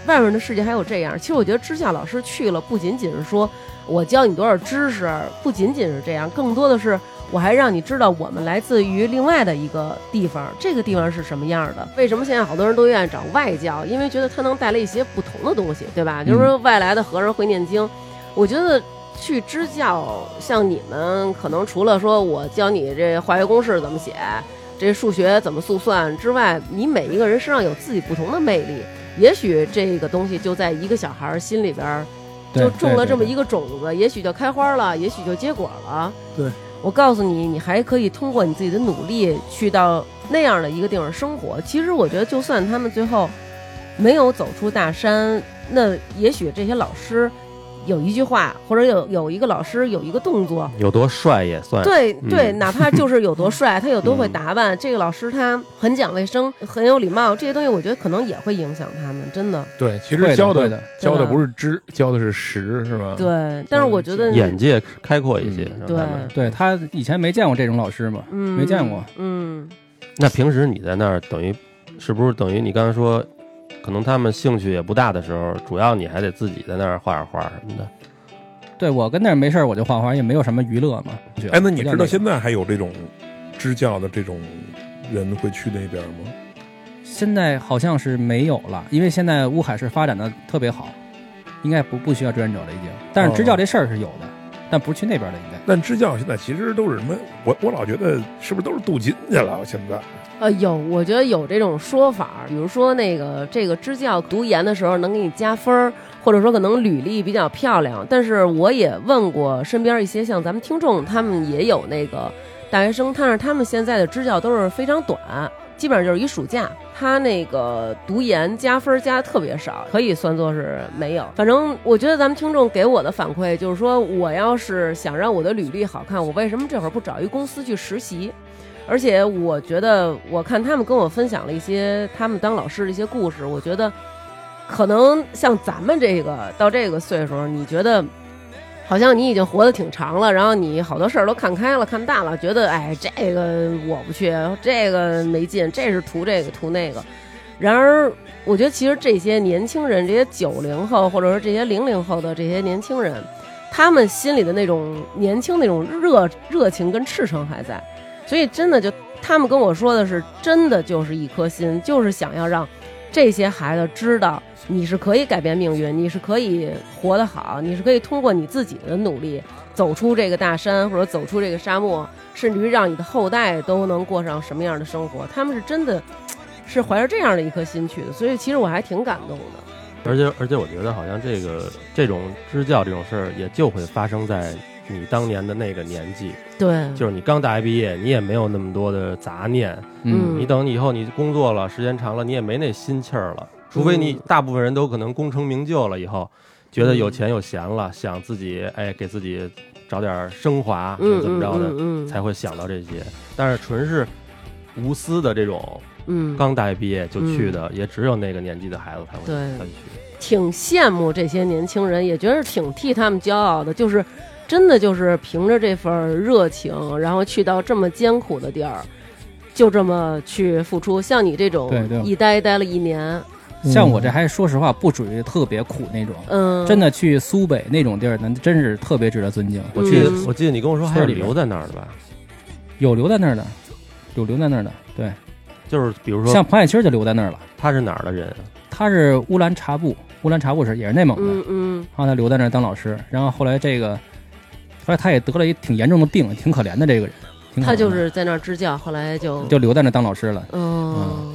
外面的世界还有这样。其实我觉得支教老师去了，不仅仅是说我教你多少知识，不仅仅是这样，更多的是我还让你知道我们来自于另外的一个地方，这个地方是什么样的。为什么现在好多人都愿意找外教？因为觉得他能带来一些不同的东西，对吧？就是说外来的和尚会念经，我觉得去支教，像你们可能除了说我教你这化学公式怎么写，这数学怎么速算之外，你每一个人身上有自己不同的魅力。也许这个东西就在一个小孩儿心里边儿
对
就种了这么一
个。
个种子，也许就开花了，也许就结果了。
对，
我告诉你，你还可以通过你自己的努力去到那样的一个地方生活。其实我觉得，就算他们最后没有走出大山，那也许这些老师有一句话，或者有有一个老师有一个动作，
有多帅也算。
对
嗯
对，哪怕就是有多帅，他有多会
嗯
打扮，这个老师他很讲卫生，很有礼貌，这些东西我觉得可能也会影响他们，真的。
对，其
会
实
的
教
会
的
的
教的
对吧啊
不是知，教的是识，是吧？
对，但是我觉得你
眼界开阔一些，让他
对
们。
对他以前没见过这种老师嘛，
嗯
没见过，
嗯
那平时你在那儿，等于是不是等于你刚才说，可能他们兴趣也不大的时候，主要你还得自己在那儿画点画什么的。
对我跟那儿没事儿我就画画，也没有什么娱乐嘛。
哎，那你
不叫
知道
个
现在还有这种支教的这种人会去那边吗？
现在好像是没有了，因为现在乌海市发展的特别好，应该不不需要志愿者了已经。但是支教这事儿是有的，但不是去那边的应该。
但支教现在其实都是什么？我我老觉得是不是都是镀金去了？现在
呃，有，我觉得有这种说法儿，比如说那个这个支教读研的时候能给你加分儿，或者说可能履历比较漂亮。但是我也问过身边一些像咱们听众，他们也有那个大学生，但是他们现在的支教都是非常短，基本上就是一暑假。他那个读研加分儿加得特别少，可以算作是没有。反正我觉得咱们听众给我的反馈就是说，我要是想让我的履历好看，我为什么这会儿不找一公司去实习？而且我觉得，我看他们跟我分享了一些他们当老师的一些故事，我觉得可能像咱们这个到这个岁数，你觉得好像你已经活得挺长了，然后你好多事儿都看开了、看淡了，觉得哎，这个我不去，这个没劲，这是图这个图那个。然而，我觉得其实这些年轻人，这些九零后或者说这些零零后的这些年轻人，他们心里的那种年轻那种热热情跟赤诚还在。所以真的就他们跟我说的是，真的就是一颗心，就是想要让这些孩子知道你是可以改变命运，你是可以活得好，你是可以通过你自己的努力走出这个大山或者走出这个沙漠，甚至于让你的后代都能过上什么样的生活。他们是真的。是怀着这样的一颗心去的，所以其实我还挺感动的。
而且而且，我觉得好像这个这种支教这种事儿，也就会发生在你当年的那个年纪，
对，
就是你刚大学毕业，你也没有那么多的杂念，
嗯
你等以后你工作了，时间长了，你也没那心气儿了。除非
嗯
你大部分人都可能功成名就了以后，觉得有钱有闲了，想自己哎给自己找点升华，
嗯
怎么着的，
嗯嗯
才会想到这些。但是纯是无私的这种，
嗯，
刚大学毕业就去的，
嗯
也只有那个年纪的孩子才会
对
才去。
挺羡慕这些年轻人，也觉得挺替他们骄傲的，就是真的就是凭着这份热情，然后去到这么艰苦的地儿，就这么去付出。像你这种
对对
一待待了一年，
像我这还说实话不属于特别苦那种，
嗯，
真的去苏北那种地儿，那真是特别值得尊敬。
我记得、
嗯
我记得你跟我说还有
村里边
留在那儿的吧？
有留在那儿的，有留在那儿的，对，
就是比如说
像彭海清就留在那儿了。
他是哪儿的人啊？
他是乌兰察布，乌兰察布是也是内蒙的，
嗯嗯
然后他留在那儿当老师，然后后来这个，后来他也得了一挺严重的病，挺可怜的这个人，挺可怜的
他就是在那儿支教，后来就
就留在那儿当老师了，
嗯，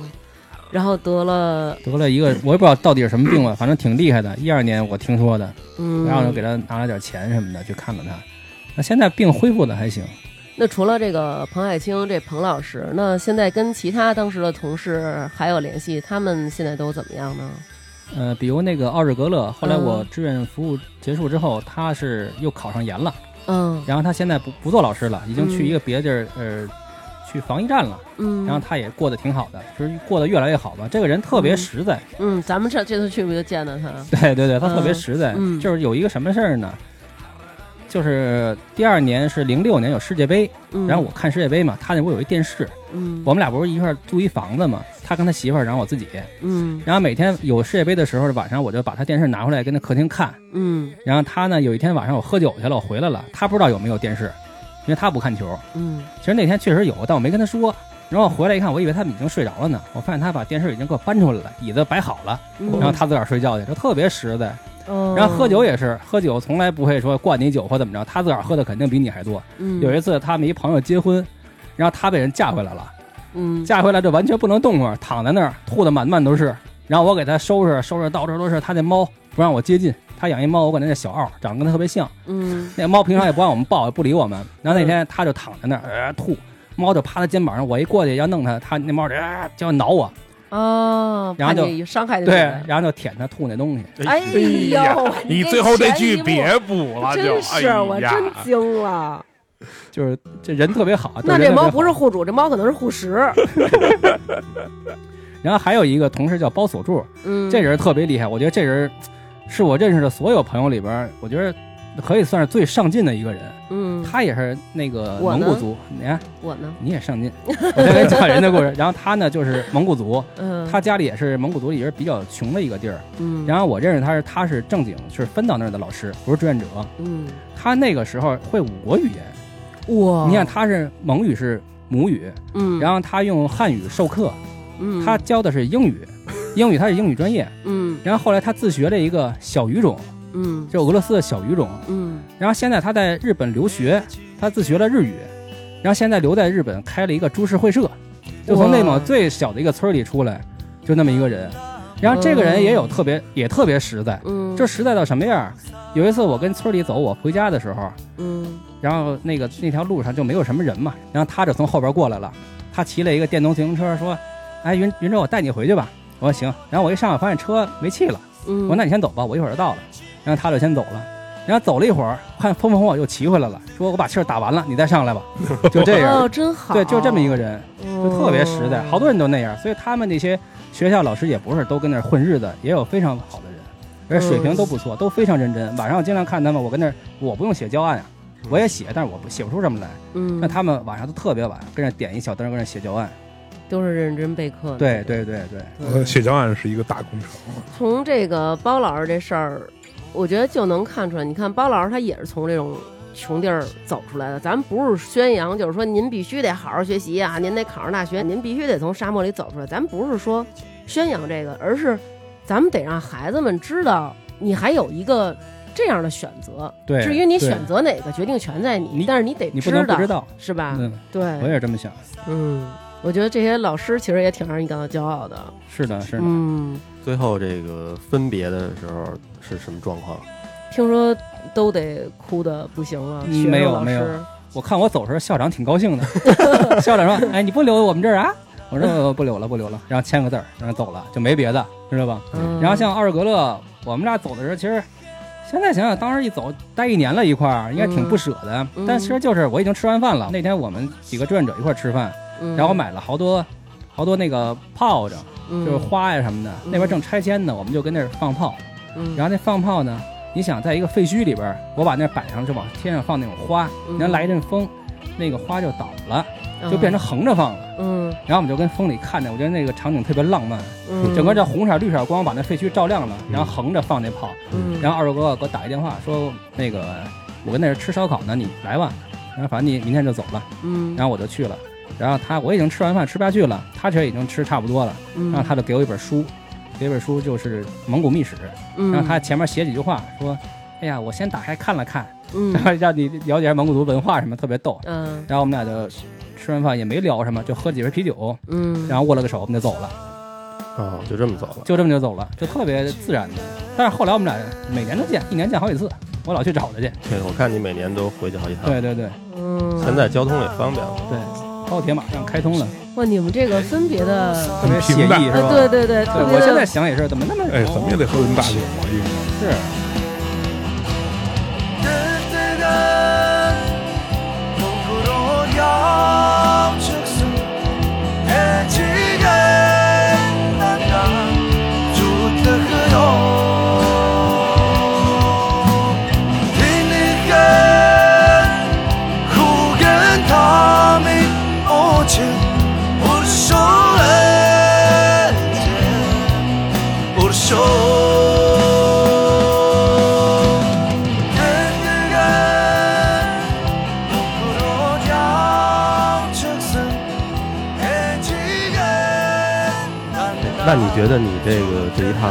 然后得了
得了一个我也不知道到底是什么病了，反正挺厉害的。一二年我听说的，
嗯，
然后就给他拿了点钱什么的去看了他。那现在病恢复的还行，
那除了这个彭海清这彭老师，那现在跟其他当时的同事还有联系，他们现在都怎么样呢？
呃，比如那个奥日格勒，后来
嗯
我志愿服务结束之后，他是又考上研了，
嗯
然后他现在不不做老师了，已经去
嗯
一个别的地儿，呃，去防疫站了。
嗯，
然后他也过得挺好的，就是过得越来越好吧。这个人特别实在，
嗯，咱们这这次去不就见到他？
对对对，他特别实在。
嗯
就是有一个什么事儿呢？就是第二年是零六年有世界杯，
嗯，
然后我看世界杯嘛，他那屋有一电视，
嗯
我们俩不是一块儿租一房子嘛，他跟他媳妇儿，然后我自己，
嗯
然后每天有世界杯的时候，晚上我就把他电视拿回来跟他客厅看，
嗯
然后他呢有一天晚上我喝酒去了，我回来了，他不知道有没有电视，因为他不看球，
嗯
其实那天确实有，但我没跟他说。然后我回来一看，我以为他们已经睡着了呢，我发现他把电视已经给我搬出来了，椅子摆好了，
嗯，
然后他自个儿睡觉去，就特别实在。
哦，
然后喝酒也是，喝酒从来不会说灌你酒或怎么着，他自个儿喝的肯定比你还多。
嗯
有一次他们一朋友结婚，然后他被人架回来了，
嗯
架回来这完全不能动会儿，躺在那儿吐的满满都是。然后我给他收拾收拾到处都是，他那猫不让我接近，他养一猫，我管它叫小奥，长得跟他特别像。
嗯
那猫平常也不让我们抱，也不理我们。然后那天它就躺在那
哎
儿、呃、吐，猫就趴它肩膀上，我一过去要弄它，它那猫就、呃、就要挠我，
哦，
然后就
怕你伤害
对
人，
然后就舔它吐那东西。
哎呦
呀，
你
你
这
最后这
前一
句
幕
别补了，就
真
哎
是
呀，
我真惊了。
就是这人特别好，啊对
那
人
这
特别
猫
好
不是。户主，这猫可能是护 食。
然后还有一个同事叫包锁柱，
嗯，
这人特别厉害，我觉得这人是我认识的所有朋友里边儿，我觉得可以算是最上进的一个人。
嗯，
他也是那个
我
蒙
呢
古族，你看
我呢？
你也上进， 我先给你讲人的故事。然后他呢就是蒙古族，
嗯，
他家里也是蒙古族里边比较穷的一个地儿。
嗯，
然后我认识他是他是正经是分到那儿的老师，不是志愿者。
嗯，
他那个时候会五国语言，
哇，
你看，他是蒙语是母语，
哦嗯，
然
后
后他用汉语授课，
嗯，
他教的是英 语，英语他是英语专业。
嗯
然后后来他自学了一个小语种，
嗯
就俄罗斯的小语种。
嗯
然后现在他在日本留学，他自学了日语，然后现在留在日本开了一个株式会社，就从
哇
内蒙最小的一个村儿里出来，就那么一个人。然后这个人也有特别也特别实在，
嗯，
就实在到什么样儿？有一次我跟村里走，我回家的时候，
嗯
然后那个那条路上就没有什么人嘛，然后他就从后边过来了，他骑了一个电动自行车，说：“哎，云云州，我带你回去吧。”我说：“行。”然后我一上来发现车没气了，我
嗯，
说：“那你先走吧，我一会儿就到了。”然后他就先走了，然后走了一会儿，看风风火火又骑回来了，说：“我把气儿打完了，你再上来吧。”就这样，
哦，真好，
对，就这么一个人，就特别实在，好多
人，
人都那样，所以他们那些学校老师也不是都跟那儿混日子，也有非常好的人，而且水平都不错，都非常认真。晚上我经常看他们，我跟那儿我不用写教案啊，我也写，但是我不写不出什么来。
嗯，
那他们晚上都特别晚，跟那儿点一小灯，跟那儿写教案。
都是认真备课的，嗯
对对对对，
呃，血浆案是一个大工程，
从这个包老师这事儿，我觉得就能看出来。你看包老师他也是从这种穷地儿走出来的。咱们不是宣扬，就是说您必须得好好学习啊，您得考上大学，您必须得从沙漠里走出来。咱们不是说宣扬这个，而是咱们得让孩子们知道，你还有一个这样的选择。
对
至于你
对
选择哪个，决定权在你，
你
但是你得
你不能不知
道，
道。
是吧？
嗯，我
对，
也是这么想。
嗯，我觉得这些老师其实也挺让人感到骄傲的。
是的，是的，
嗯，
最后这个分别的时候是什么状况？
听说都得哭的不行了，
嗯
学生
没有
老师
没有我看我走的时候，校长挺 高兴的。校长说：“哎，你不留我们这儿啊？”我说：“呃不留了，不留了。”然后签个字儿，然后走了，就没别的，知道吧？
嗯
然后像奥尔格勒，我们俩走的时候，其实现在想想，当时一走待一年了，一块儿应该挺不舍的。
嗯
但其实就是我已经吃完饭了。那天我们几个志愿者一块儿吃饭，
嗯
然后我买了好多好多那个炮仗，就是花呀什么的。那边正拆迁呢，我们就跟那儿放炮。
嗯
然后那放炮呢，你想在一个废墟里边儿，我把那摆上就往天上放那种花，
嗯
然后来一阵风，那个花就倒了，
嗯
就变成横着放了。
嗯
然后我们就跟风里看着，我觉得那个场景特别浪漫，
嗯
整个这红色绿色光把那废墟照亮了，然后横着放那炮。
嗯
然后二哥给我打一电话说，那个我跟那儿吃烧烤呢，你来吧。然后反正你明天就走了，
嗯
然后我就去了。然后他我已经吃完饭吃不下去了，他其实已经吃差不多了，
嗯
然后他就给我一本书，给一本书就是《蒙古秘史》，
嗯
然后他前面写几句话，说：“哎呀，我先打开看了看，
嗯
然后让你了解下蒙古族文化什么，特别逗。
嗯”
然后我们俩就吃完饭也没聊什么，就喝几瓶啤酒，
嗯，
然后握了个手，我们就走了，
哦，就这么走了。
就这么就走了，就特别自然的。但是后来我们俩每年都见，一年见好几次，我老去找他去。
啊
对，我看你每年都回去好几趟。
对，对对
嗯
现在交通也方便了。
对，高铁马上开通了，
哇，你们这个分别的，
特别写
平淡
意是吧？
啊，对对对，
对
特别
我现在
的，
想也是，怎么那么
哎，怎么也得喝顿大酒啊，一会儿
是。
Dertliden Konkurur yağ çıksın Ecigenden Çutlıkıyor Dinligen Kugen tamin Oçin Urşu Ece Urşu Kendine dokuru can çıksın Ecigen
那你觉得你这个这一趟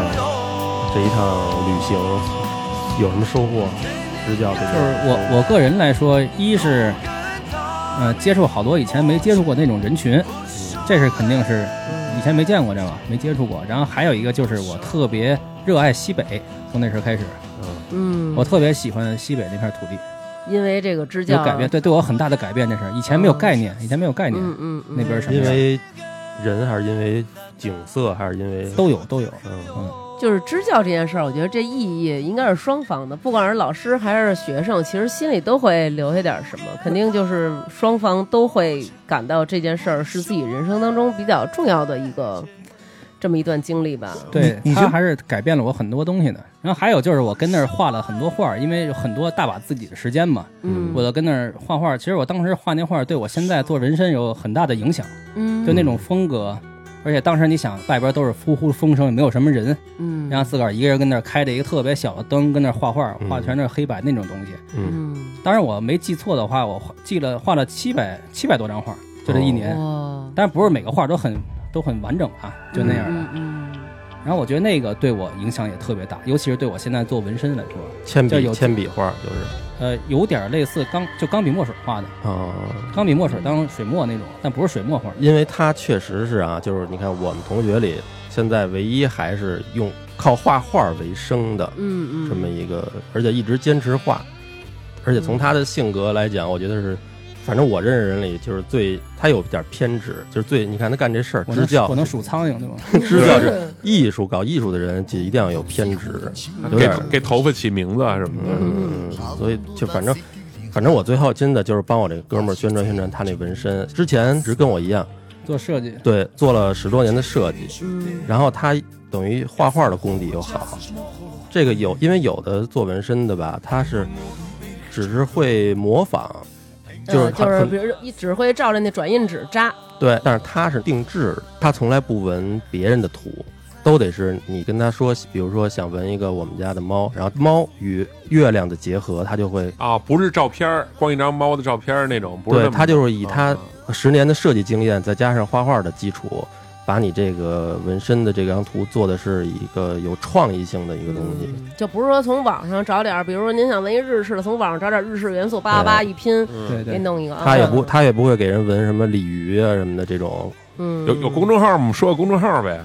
这一趟旅行有什么收获？支教这
就
个
是我我个人来说，一是，呃，接触好多以前没接触过那种人群，
嗯
这是肯定是以前没见过这个，没接触过。然后还有一个就是我特别热爱西北，从那时候开始，
嗯，
我特别喜欢西北那片土地，
因为这个支
有
教啊
改变，，对对我很大的改变。这是以前没有概念，以前没有概念，
嗯嗯嗯，
那边什么
因
样
为人还是因为景色还是因为
都有都有。
嗯
嗯，
就是支教这件事儿，我觉得这意义应该是双方的，不管是老师还是学生，其实心里都会留下点什么，肯定就是双方都会感到这件事儿是自己人生当中比较重要的一个这么一段经历吧。
对
你你
他
就
还是改变了我很多东西的。然后还有就是我跟那儿画了很多画儿，因为有很多大把自己的时间嘛，
嗯，
我就跟那儿画画。其实我当时画那画，对我现在做纹身有很大的影响，
嗯
就那种风格。而且当时你想，外边都是呼呼风声，也没有什么人，
嗯
然后自个儿一个人跟那儿开着一个特别小的灯，跟那儿画画，
嗯
画全是黑白那种东西。
嗯，
嗯
当然我没记错的话，我画记了画了七百七百多张画，就这一
哎
年。
哦哇，
当然不是每个画都很都很完整啊，就那样的。
嗯嗯
然后我觉得那个对我影响也特别大，尤其是对我现在做纹身来说，
铅
这
笔
有
铅笔画就是
呃，有点类似钢就钢笔墨水画的，
哦，
钢笔墨水当水墨那种，但不是水墨画。
因为他确实是啊，就是你看我们同学里现在唯一还是用靠画画为生的
嗯嗯，
这么一个，而且一直坚持画，而
嗯
且从他的性格来讲，我觉得是。反正我认识人里，就是最他有点偏执，就是最你看他干这事儿，
我
支
能
教
我能数苍 蝇对吗？
支教是艺术，搞艺术的人就一定要有偏执，
啊
有点
给给头发起名字啊什么的。
嗯，所以就反正，反正我最后真的就是帮我这哥们儿宣传宣传他那纹身。之前只跟我一样，
做设计，
对，做了十多年的设计，然后他等于画画的功底又好。这个有，因为有的做纹身的吧，他是只是会模仿，就
呃
是很、
就是
很
比如一只会照着那转印纸扎，
对，但是他是定制，他从来不纹别人的图，都得是你跟他说，比如说想纹一个我们家的猫，然后猫与月亮的结合，他就会
啊，不是照片儿，光一张猫的照片儿那种，不是那
对
么。
他就是以他
啊
十年的设计经验，再加上画画的基础，把你这个纹身的这张图做的是一个有创意性的一个东西。
就不是说从网上找点儿，比如说您想纹一日式的，从网上找点儿日式元素，叭叭叭一拼，
对
给
对，
弄一个啊。
哎嗯他也不，他也不会给人纹什么鲤鱼啊什么的这种。
嗯，
有有公众号吗？说个公众号呗。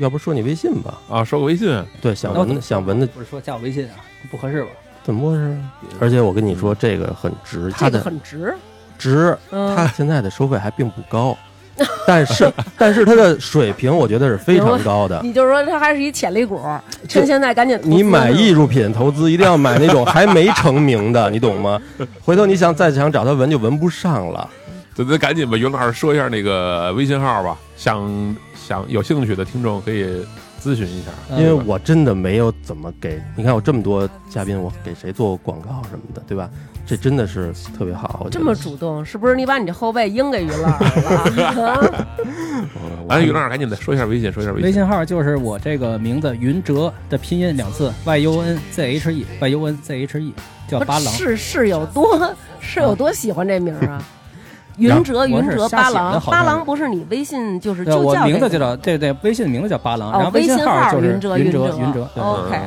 要不说你微信吧？
啊，说个微信，
对，想
那我
纹的想纹的
不是说加我微信啊，不合适吧？
怎么回
嗯
事？而且我跟你说，这个很值，它
这个
的
很值，
值，
嗯，
它现在的收费还并不 高，但是但是它的水平我觉得是非常 高的。
你就说它还是一潜力股，趁
就
现在赶紧投资
你买艺术品投资一定要买那种还没成名的，你懂吗？回头你想再想找他纹就纹不上了。
咱咱赶紧吧，袁老师说一下那个微信号吧，想想有兴趣的听众可以咨询一下。
嗯
因为我真的没有怎么给，你看我这么多嘉宾，我给谁做过广告什么的，对吧？这真的是特别好，我
这
觉得
么主动，是不是你把你这后背应给于老师 了？啊
我
咱袁哎老师赶紧再说一下微信，说一下微
微
信。
信号就是我这个名字云哲的拼音两次 y u n z h e y u n z h e 叫
不
巴
是
郎，
是是有多是有多喜欢这名儿啊？
嗯然后
云哲，云哲，
我是瞎
八
想的
郎，
好
八
像
郎不是你微信就是
对，
就
我
叫
名字
这
就
个哦
叫对对，微信名字叫巴郎，然后
哦，微
信号就是
云
哲
云
哲
哲哦
云哲，对
OK，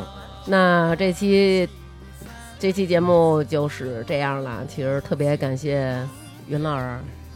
那这期这期节目就是这样了。其实特别感谢云老师，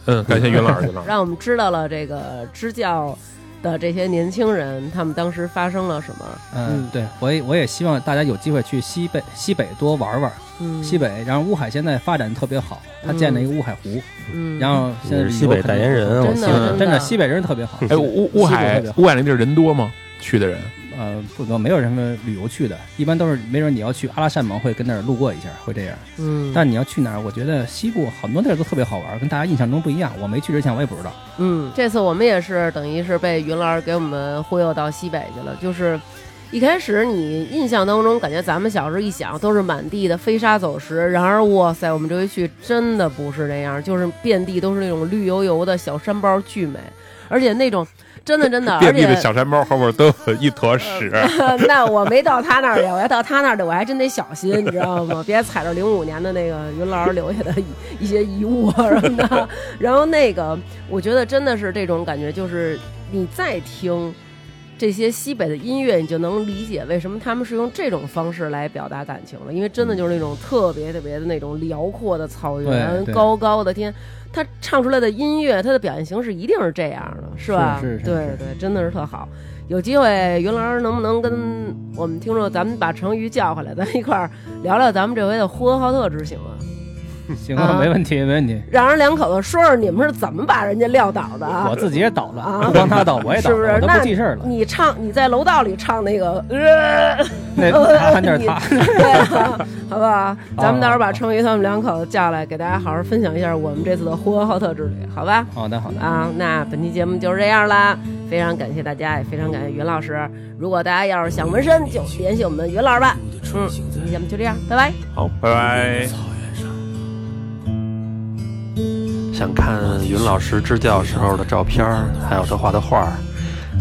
嗯，感谢袁老师，袁老师。
让我们知道了这个支教的这些年轻人，他们当时发生了什么。
嗯，对我也我也希望大家有机会去西北西北多玩玩，
嗯，
西北，然后乌海现在发展特别好，他建了一个乌海湖，
嗯，
然后现在
你是西北代言人
真
真的
的
希望
嗯真的西北人特别好，
哎，乌乌海乌海那地儿人多吗？去的人
呃不多，没有什么旅游去的，一般都是没准你要去阿拉善盟会跟那儿路过一下，会这样。
嗯
但你要去哪儿，我觉得西部很多地儿都特别好玩，跟大家印象中不一样。我没去之前我也不知道，
嗯，这次我们也是等于是被云老师给我们忽悠到西北去了，就是。一开始你印象当中，感觉咱们小时候一想都是满地的飞沙走石，然而哇塞，我们这回去真的不是那样，就是遍地都是那种绿油油的小山包，巨美，而且那种真的 真的，而
遍地
且嗯
的小山包后边都有一坨屎。
那我没到他那儿去，我要到他那儿去，我还真得小心，你知道吗？别踩着零五年的那个云老师留下的一一些遗物啊什么的。
然后那个，我觉得真的是这种感觉，就是你再听这些西北的音乐，你就能理解为什么他们是用这种方式来表达感情了，因为真的就是那种特别特别的那种辽阔的草原
对、对
高高的天，他唱出来的音乐，他的表现形式一定是这样的，是吧？
是是是
对
是
对，真的是特好。有机会，云老师能不能跟我们听众，咱们把成瑜叫回来，咱一块儿聊聊咱们这回的呼和浩特之行啊？
行
啊
啊，没问题，没问题。
让人两口子说说你们是怎么把人家撂倒的啊
我？自己也倒了，
啊
不光他倒，我也倒
是
了，
不是
我都
那
不记事儿了。
你唱你在楼道里唱那个呃，
那
哦
他那是他，
对啊，好不好？
咱们到时候把
好
成瑜他们两口子叫来，给大家好好分享一下我们这次的呼和浩特之旅，好吧？
好的好的，
啊，那本期节目就是这样啦，非常感谢大家，也非常感谢云老师。如果大家要是想纹身，就联系我们云老师吧。嗯，本期节目就这样，拜拜。
好，拜拜。
想看云老师支教时候的照片儿，还有他画的画儿，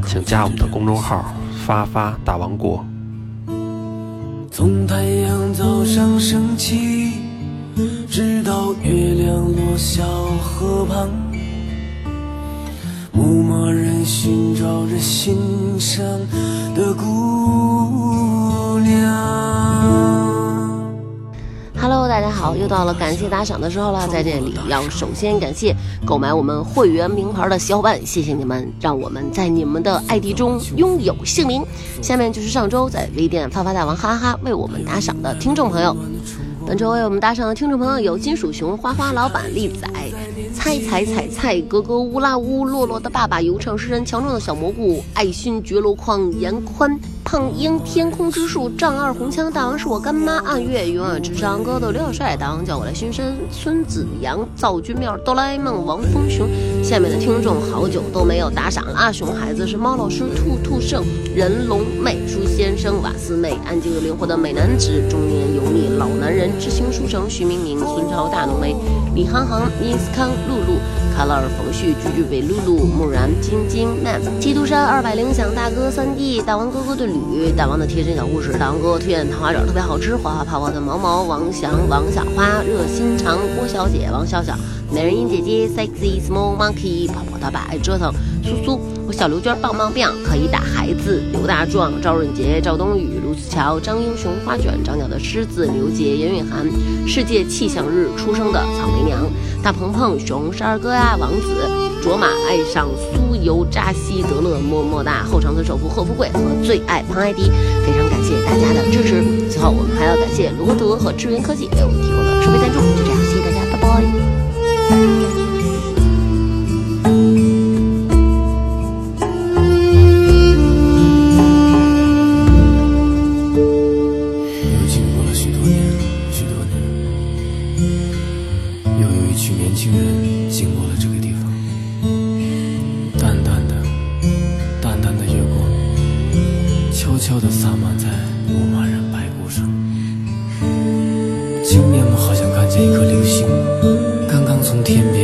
请加我们的公众号“发发大王国”。
从太阳早上升起，直到月亮落小河旁，牧马人寻找着心上的姑娘。
Hello，大家好，又到了感谢打赏的时候了，在这里要首先感谢购买我们会员名牌的小伙伴，谢谢你们，让我们在你们的 ID 中拥有姓名。下面就是上周在微店发发大王哈哈为我们打赏的听众朋友。本周为我们打赏的听众朋友有金属熊、花花老板、栗仔、猜猜猜猜、格格乌拉乌、洛洛的爸爸、游唱诗人、强壮的小蘑菇、爱新觉罗矿、严宽、胖鹰、天空之树、丈二红枪、大王是我干妈、暗月、永远智商、哥豆、刘小帅、大王叫我来巡山、孙子阳、灶君庙、哆啦 A 梦、王峰雄。下面的听众好久都没有打赏了啊！熊孩子是猫老师、兔兔胜、人龙妹、舒先生、瓦斯妹、安静有灵魂的美男子、中年油腻老男人、知行书生、徐明明、孙超、大浓眉、李航航、Miss 康、露露、卡拉尔、冯旭、居居北、露露、木然、晶晶、Map、基督山、二百零响大哥、三弟、大王哥哥的吕、大王的贴身小护士、大王哥哥推荐桃花卷特别好吃、花花泡泡的毛毛、王翔、王小花、热心肠、郭小姐、王小小。美人音姐姐、Sexy Small Monkey、跑跑他爸爱折腾、苏苏，我小刘娟棒棒棒，可以打孩子、刘大壮、赵润杰、赵冬雨、卢思乔、张英雄、花卷、长角的狮子、刘杰、严雨涵、世界气象日出生的草莓娘、大鹏鹏、熊十二哥呀、王子、卓玛爱上苏尤扎西、德勒、么么哒、后场村首富贺富贵和最爱潘艾迪，非常感谢大家的支持。最后，我们还要感谢罗德和智源科技为我们提供的设备赞助。就这样，谢谢大家，拜拜。
又经过了许多年，许多年，又有一群年轻人经过了这个地方，淡淡的，淡淡的月光，悄悄地洒满在牧马人白骨上。青年们好像看见一颗流星，刚刚从天边